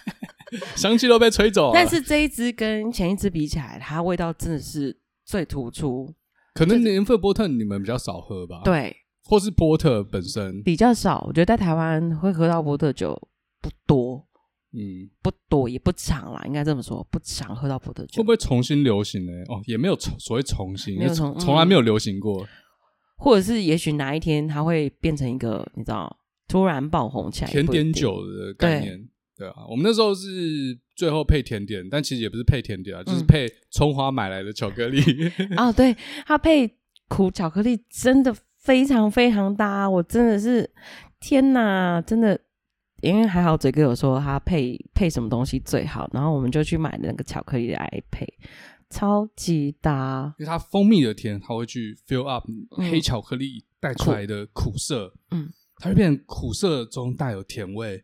Speaker 3: <laughs> 香气都被吹走了。啊
Speaker 2: 但是这一支跟前一支比起来，它味道真的是最突出，
Speaker 3: 可能年份波特你们比较少喝吧，，
Speaker 2: 对，
Speaker 3: 或是波特本身，
Speaker 2: 比较少。我觉得在台湾会喝到波特酒不多，
Speaker 3: 嗯，
Speaker 2: 不多也不常啦，应该这么说，不常喝到波特
Speaker 3: 会
Speaker 2: 酒。
Speaker 3: 不会重新流行呢？哦，也没有重所谓重新，因
Speaker 2: 没
Speaker 3: 为
Speaker 2: 有重
Speaker 3: 从从来
Speaker 2: 嗯
Speaker 3: 没有流行过。
Speaker 2: 或者是也许哪一天它会变成一个，你知道，突然爆红起来。
Speaker 3: 甜
Speaker 2: 也不一
Speaker 3: 点
Speaker 2: 定，
Speaker 3: 酒的概念，对啊，我们那时候是最后配甜点，但其实也不是配甜点啊，就是
Speaker 2: 嗯
Speaker 3: 配葱花买来的巧克力。
Speaker 2: 啊，对，它配苦巧克力真的非常非常搭，我真的是天哪，真的。因为还好嘴哥有说他配配什么东西最好，然后我们就去买那个巧克力来配，超级搭。
Speaker 3: 因为它蜂蜜的甜，它会去 fill up
Speaker 2: 嗯
Speaker 3: 黑巧克力带出来的苦涩，
Speaker 2: 嗯，
Speaker 3: 它会变成苦涩中带有甜味，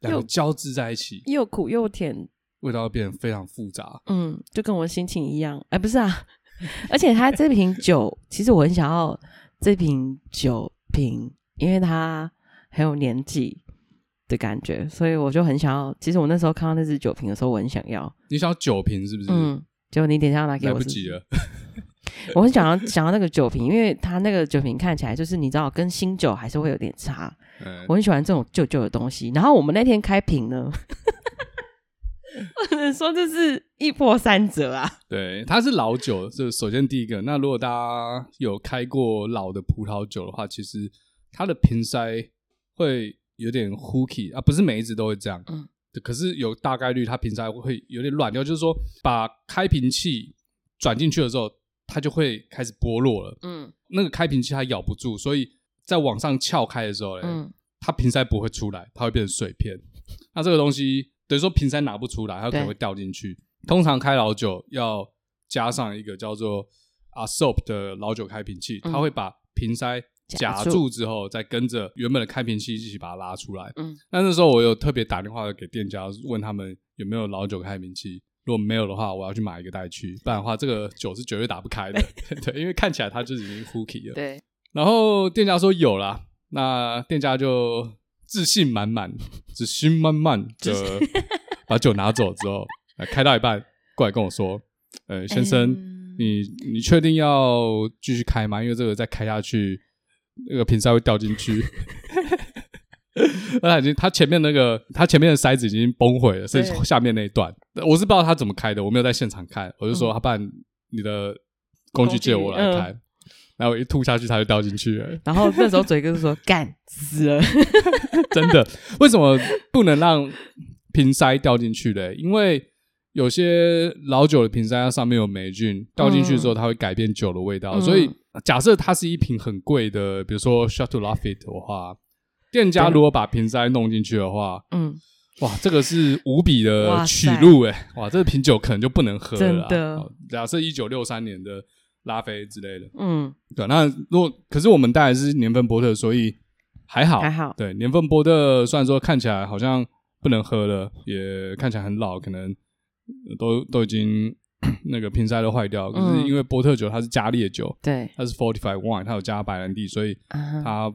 Speaker 3: 两个交织在一起，
Speaker 2: 又苦又甜，
Speaker 3: 味道会变得非常复杂。
Speaker 2: 嗯，就跟我心情一样，哎， <laughs> 不是啊，而且他这瓶酒，其实我很想要这瓶酒评，因为它很有年纪的感觉，所以我就很想要。其实我那时候看到那支酒瓶的时候，我很想要，
Speaker 3: 你想要酒瓶是不是？
Speaker 2: 嗯，结果你等一下要拿给
Speaker 3: 来
Speaker 2: 我
Speaker 3: 不
Speaker 2: 是，
Speaker 3: 及
Speaker 2: <laughs>
Speaker 3: 了， <laughs>
Speaker 2: 我很想要想要那个酒瓶，因为它那个酒瓶看起来就是你知道，跟新酒还是会有点差。
Speaker 3: 嗯
Speaker 2: 我很喜欢这种旧旧的东西。然后我们那天开瓶
Speaker 3: <laughs>
Speaker 2: 呢，我只能说这是一波三折啊。
Speaker 3: 对，它是老酒，这首先第一个。那如果大家有开过老的葡萄酒的话，其实它的瓶塞会有点 hooky 啊，不是每一只都会这样，
Speaker 2: 嗯
Speaker 3: 对，可是有大概率它瓶塞会有点乱掉，就是说把开瓶器转进去的时候，它就会开始剥落了。
Speaker 2: 嗯
Speaker 3: 那个开瓶器它咬不住，所以在往上撬开的时候，嗯，
Speaker 2: 嗯，
Speaker 3: 它瓶塞不会出来，它会变成碎片。那这个东西等于说瓶塞拿不出来，它可能
Speaker 2: 对
Speaker 3: 会掉进
Speaker 2: 嗯
Speaker 3: 去。通常开老酒要加上一个叫做 a s o p 的老酒开瓶器，
Speaker 2: 嗯
Speaker 3: 它会把瓶塞
Speaker 2: 夹
Speaker 3: 夹
Speaker 2: 住
Speaker 3: 住之后，再跟着原本的开瓶器一起把它拉出来。
Speaker 2: 嗯，
Speaker 3: 那那时候我有特别打电话给店家问他们有没有老酒开瓶器。如果没有的话，我要去买一个带去，不然的话，这个酒是绝对打不开的。 <laughs> 对，因为看起来它就已经 hooky 了。
Speaker 2: 对，
Speaker 3: 然后店家说有啦，那店家就自信
Speaker 2: <laughs>
Speaker 3: 满满、自信满满的 <laughs> 把酒拿走之后，呃开到一半过来跟我说：“呃，先生，
Speaker 2: 嗯
Speaker 3: 你你确定要继续开吗？因为这个再开下去，那个瓶塞会掉进去。” <laughs> 那他已经，他前面那个，他前面的塞子已经崩毁了，剩
Speaker 2: 对
Speaker 3: 下面那一段，我是不知道他怎么开的，我没有在现场看，我就说，
Speaker 2: 嗯
Speaker 3: 他把你的工具借我来
Speaker 2: 工具
Speaker 3: 开，然后我一吐下去，它就掉进去了。 <laughs>
Speaker 2: 然后那时候嘴哥就 <laughs> 说干死了，
Speaker 3: 真的，为什么不能让瓶塞掉进去嘞？因为有些老酒的瓶塞它上面有霉菌，倒进去之后它会改变酒的味道。
Speaker 2: 嗯
Speaker 3: 所以假设它是一瓶很贵的，比如说 s h u t to Lafite 的话，店家如果把瓶塞弄进去的话，
Speaker 2: 嗯，
Speaker 3: 哇，这个是无比
Speaker 2: 哇
Speaker 3: 的取
Speaker 2: 塞
Speaker 3: 路哎、哇，这瓶酒可能就不能喝了啦。
Speaker 2: 真的
Speaker 3: 好，假设一九六三年的拉菲之类的，
Speaker 2: 嗯，
Speaker 3: 对，啊那如果可是我们带的是年份波特，所以还好，
Speaker 2: 还好
Speaker 3: 对，年份波特虽然说看起来好像不能喝了，也看起来很老，可能呃都都已经 <coughs> 那个瓶塞都坏掉。可
Speaker 2: 嗯
Speaker 3: 是因为波特酒它是加烈酒，
Speaker 2: 对，
Speaker 3: 它是 fortified wine，它有加白兰地，所以
Speaker 2: 啊哈
Speaker 3: 它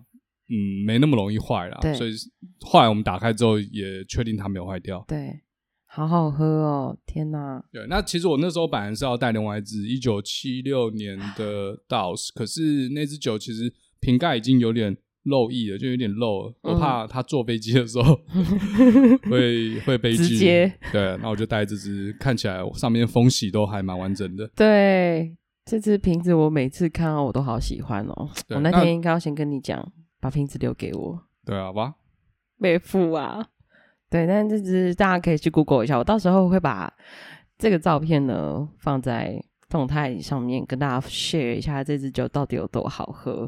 Speaker 3: 嗯没那么容易坏啦
Speaker 2: 对。
Speaker 3: 所以后来我们打开之后也确定它没有坏掉。
Speaker 2: 对，好好喝哦，天哪，
Speaker 3: 对，那其实我那时候本来是要带另外一支一九七六年的 DOS，可是那支酒其实瓶盖已经有点漏液了，就有点漏了，
Speaker 2: 嗯
Speaker 3: 我怕它坐飞机的
Speaker 2: <laughs>
Speaker 3: 时候会会悲剧。
Speaker 2: 直接
Speaker 3: 对，那我就带这支，看起来上面封洗都还蛮完整的。
Speaker 2: 对，这只瓶子我每次看到我都好喜欢哦，
Speaker 3: 对
Speaker 2: 我那
Speaker 3: 那
Speaker 2: 天应该要先跟你讲，把瓶子留给我。
Speaker 3: 对啊，好吧，
Speaker 2: 妹夫啊。对，但这只大家可以去 Google 一下，我到时候会把这个照片呢放在动态上面跟大家 share 一下这支酒到底有多好喝。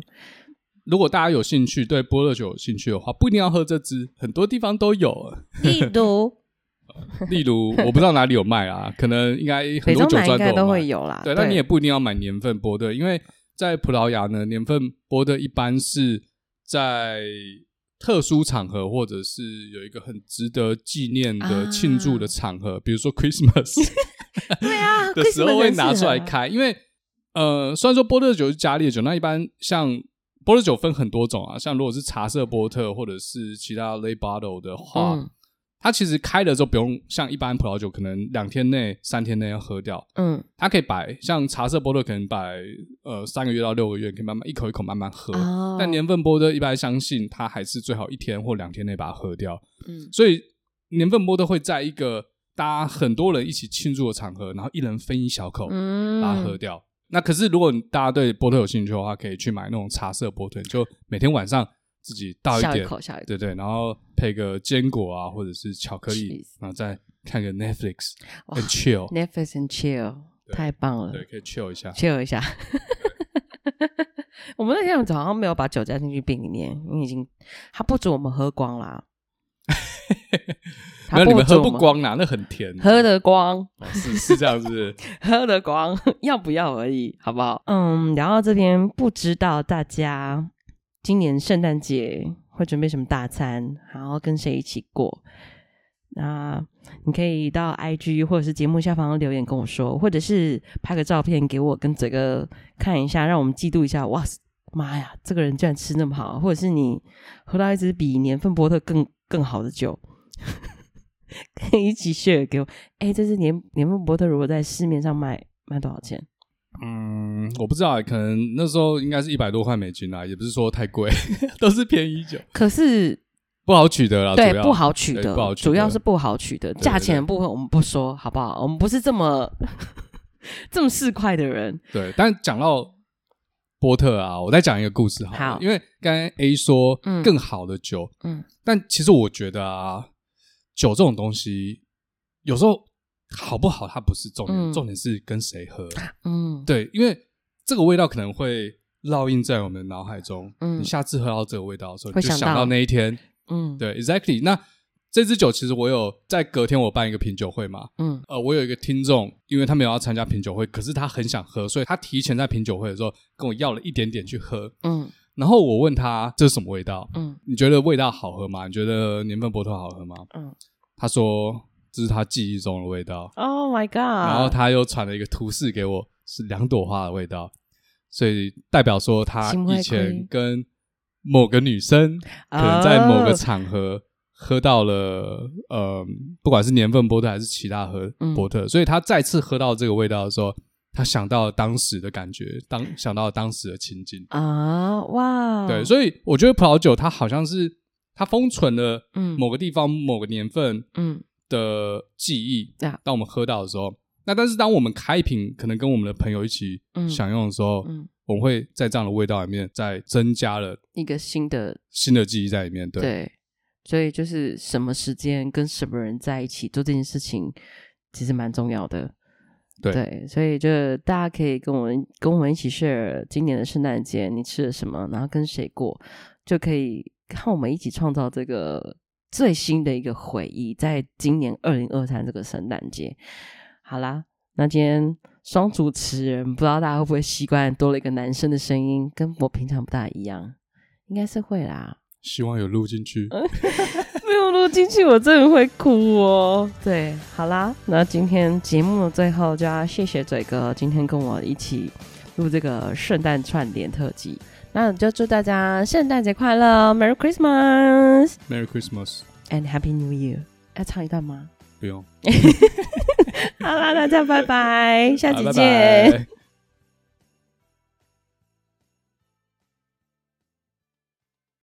Speaker 3: 如果大家有兴趣，对波乐酒有兴趣的话，不一定要喝这支，很多地方都有。
Speaker 2: <laughs> 例如
Speaker 3: <laughs> 例如，我不知道哪里有卖啊，可能应该
Speaker 2: 北
Speaker 3: 很多
Speaker 2: 中
Speaker 3: 酒
Speaker 2: 南
Speaker 3: 庄
Speaker 2: 应该都
Speaker 3: 有卖
Speaker 2: 会有啦，
Speaker 3: 对，但你也不一定要买年份波的，因为在葡萄牙呢，年份波的一般是在特殊场合，或者是有一个很值得纪念的庆祝的场合，比如说 Christmas
Speaker 2: 啊 <laughs> 对啊
Speaker 3: <laughs> 的时候会拿出来。开。因为呃，虽然说波特酒是加烈酒，那一般像波特酒分很多种啊，像如果是茶色波特或者是其他 lay bottle 的话，
Speaker 2: 嗯
Speaker 3: 它其实开了之后不用像一般葡萄酒，可能两天内、三天内要喝掉。
Speaker 2: 嗯
Speaker 3: 它可以摆，像茶色波特可能摆呃三个月到六个月，可以慢慢一口一口慢慢喝。
Speaker 2: 哦
Speaker 3: 但年份波特一般相信它还是最好一天或两天内把它喝掉。
Speaker 2: 嗯
Speaker 3: 所以年份波特会在一个大家很多人一起庆祝的场合，然后一人分一小口
Speaker 2: 嗯，
Speaker 3: 把它喝掉。那可是如果你大家对波特有兴趣的话，可以去买那种茶色波特，就每天晚上自己倒一
Speaker 2: 小嗯一
Speaker 3: 点，
Speaker 2: 口小一口。
Speaker 3: 对对，然后配个坚果啊或者是巧克力
Speaker 2: Cheese，
Speaker 3: 然后再看个 Netflix，
Speaker 2: 哇
Speaker 3: 很 chill。
Speaker 2: Netflix and chill，
Speaker 3: 对
Speaker 2: 太棒了
Speaker 3: 对，可以 chill 一下。
Speaker 2: ，chill 一下。 <laughs> 我们那天好像没有把酒加进去冰里面，因为已经它不准我们喝光啦。它
Speaker 3: <laughs> 没有，你们
Speaker 2: 准
Speaker 3: 喝
Speaker 2: 我
Speaker 3: 不光啦，那很甜。
Speaker 2: 喝得光，
Speaker 3: 哦是是这
Speaker 2: <laughs>
Speaker 3: 样子，
Speaker 2: 喝得光， <laughs> 要不要而已，好不好？嗯，聊到这边，不知道大家今年圣诞节会准备什么大餐，然后跟谁一起过？那你可以到 IG 或者是节目下方留言跟我说，或者是拍个照片给我跟嘴哥看一下，让我们嫉妒一下。哇，妈呀，这个人居然吃那么好，或者是你喝到一支比年份波特更更好的酒， <laughs> 可以一起 share 给我。哎，这支年年份波特如果在市面上卖卖多少钱？
Speaker 3: 嗯，我不知道欸，可能那时候应该是一百多块美金啦，也不是说太贵， <laughs> 都是便宜酒，
Speaker 2: 可是
Speaker 3: 不好取得啦，啊主
Speaker 2: 对
Speaker 3: 要
Speaker 2: 不好取
Speaker 3: 对
Speaker 2: 得，
Speaker 3: 不好取
Speaker 2: 主要
Speaker 3: 得
Speaker 2: 是不好取得。
Speaker 3: 对
Speaker 2: 价钱的部分我们不说，好不好？我们不是这
Speaker 3: <laughs>
Speaker 2: 么这么市侩的人。
Speaker 3: 对。但讲到波特啊，我再讲一个故事好了，
Speaker 2: 好
Speaker 3: 因为刚才 A 说
Speaker 2: 嗯
Speaker 3: 更好的酒，
Speaker 2: 嗯，
Speaker 3: 但其实我觉得啊，酒这种东西有时候好不好它不是重点，
Speaker 2: 嗯
Speaker 3: 重点是跟谁
Speaker 2: <laughs>
Speaker 3: 喝。
Speaker 2: 嗯，
Speaker 3: 对，因为这个味道可能会烙印在我们的脑海中。
Speaker 2: 嗯
Speaker 3: 你下次喝到这个味道的时候，
Speaker 2: 会
Speaker 3: 你就
Speaker 2: 想
Speaker 3: 想
Speaker 2: 到
Speaker 3: 到那一天。
Speaker 2: 嗯，
Speaker 3: 对，exactly。那这支酒其实我有在隔天我办一个品酒会嘛，
Speaker 2: 嗯，
Speaker 3: 呃，我有一个听众，因为他没有要参加品酒会，可是他很想喝，所以他提前在品酒会的时候跟我要了一点点去喝。
Speaker 2: 嗯
Speaker 3: 然后我问他这是什么味道，
Speaker 2: 嗯
Speaker 3: 你觉得味道好喝吗？你觉得年份波特好喝吗？
Speaker 2: 嗯
Speaker 3: 他说这是他记忆中的味道。
Speaker 2: ，Oh my God！
Speaker 3: 然
Speaker 2: 然
Speaker 3: 后他又传了一个图示给我，是两朵花的味道，所以代表说他
Speaker 2: 心会
Speaker 3: 以前
Speaker 2: 亏
Speaker 3: 跟某个女生，可能在某个场合喝到了，呃，不管是年份波特还是其他喝
Speaker 2: 嗯
Speaker 3: 波特，所以他再次喝到这个味道的时候，他想到了当时的感觉，当想到了当时的情景。
Speaker 2: 啊，哇，
Speaker 3: 对，所以我觉得葡萄酒它好像是它封存了
Speaker 2: 嗯
Speaker 3: 某个地方、某个年份
Speaker 2: 嗯
Speaker 3: 的记忆
Speaker 2: 啊。
Speaker 3: 当我们喝到的时候，那但是当我们开瓶，可能跟我们的朋友一起
Speaker 2: 嗯
Speaker 3: 享用的时候，
Speaker 2: 嗯，
Speaker 3: 我们会在这样的味道里面再增加了
Speaker 2: 一个新的
Speaker 3: 新的记忆在里面。对，
Speaker 2: 对，所以就是什么时间跟什么人在一起做这件事情，其实蛮重要的。
Speaker 3: 对
Speaker 2: 所以就大家可以跟我们跟我们一起 share 今年的圣诞节你吃了什么，然后跟谁过，就可以看我们一起创造这个最新的一个回忆，在今年二零二三这个圣诞节。好啦，那今天双主持人，不知道大家会不会习惯多了一个男生的声音，跟我平常不大一样，应该是会啦。
Speaker 3: 希望有录进去。
Speaker 2: 嗯没有录进去，我真的会哭哦。对，好啦，那今天节目的最后就要谢谢嘴哥今天跟我一起录这个圣诞串联特辑。那就祝大家圣诞节快乐，Merry Christmas
Speaker 3: Merry Christmas，
Speaker 2: and Happy New Year。要唱一 <laughs> 段吗？
Speaker 3: 不用，
Speaker 2: 好啦，大家拜拜，下期
Speaker 3: 好
Speaker 2: 见。
Speaker 3: 拜拜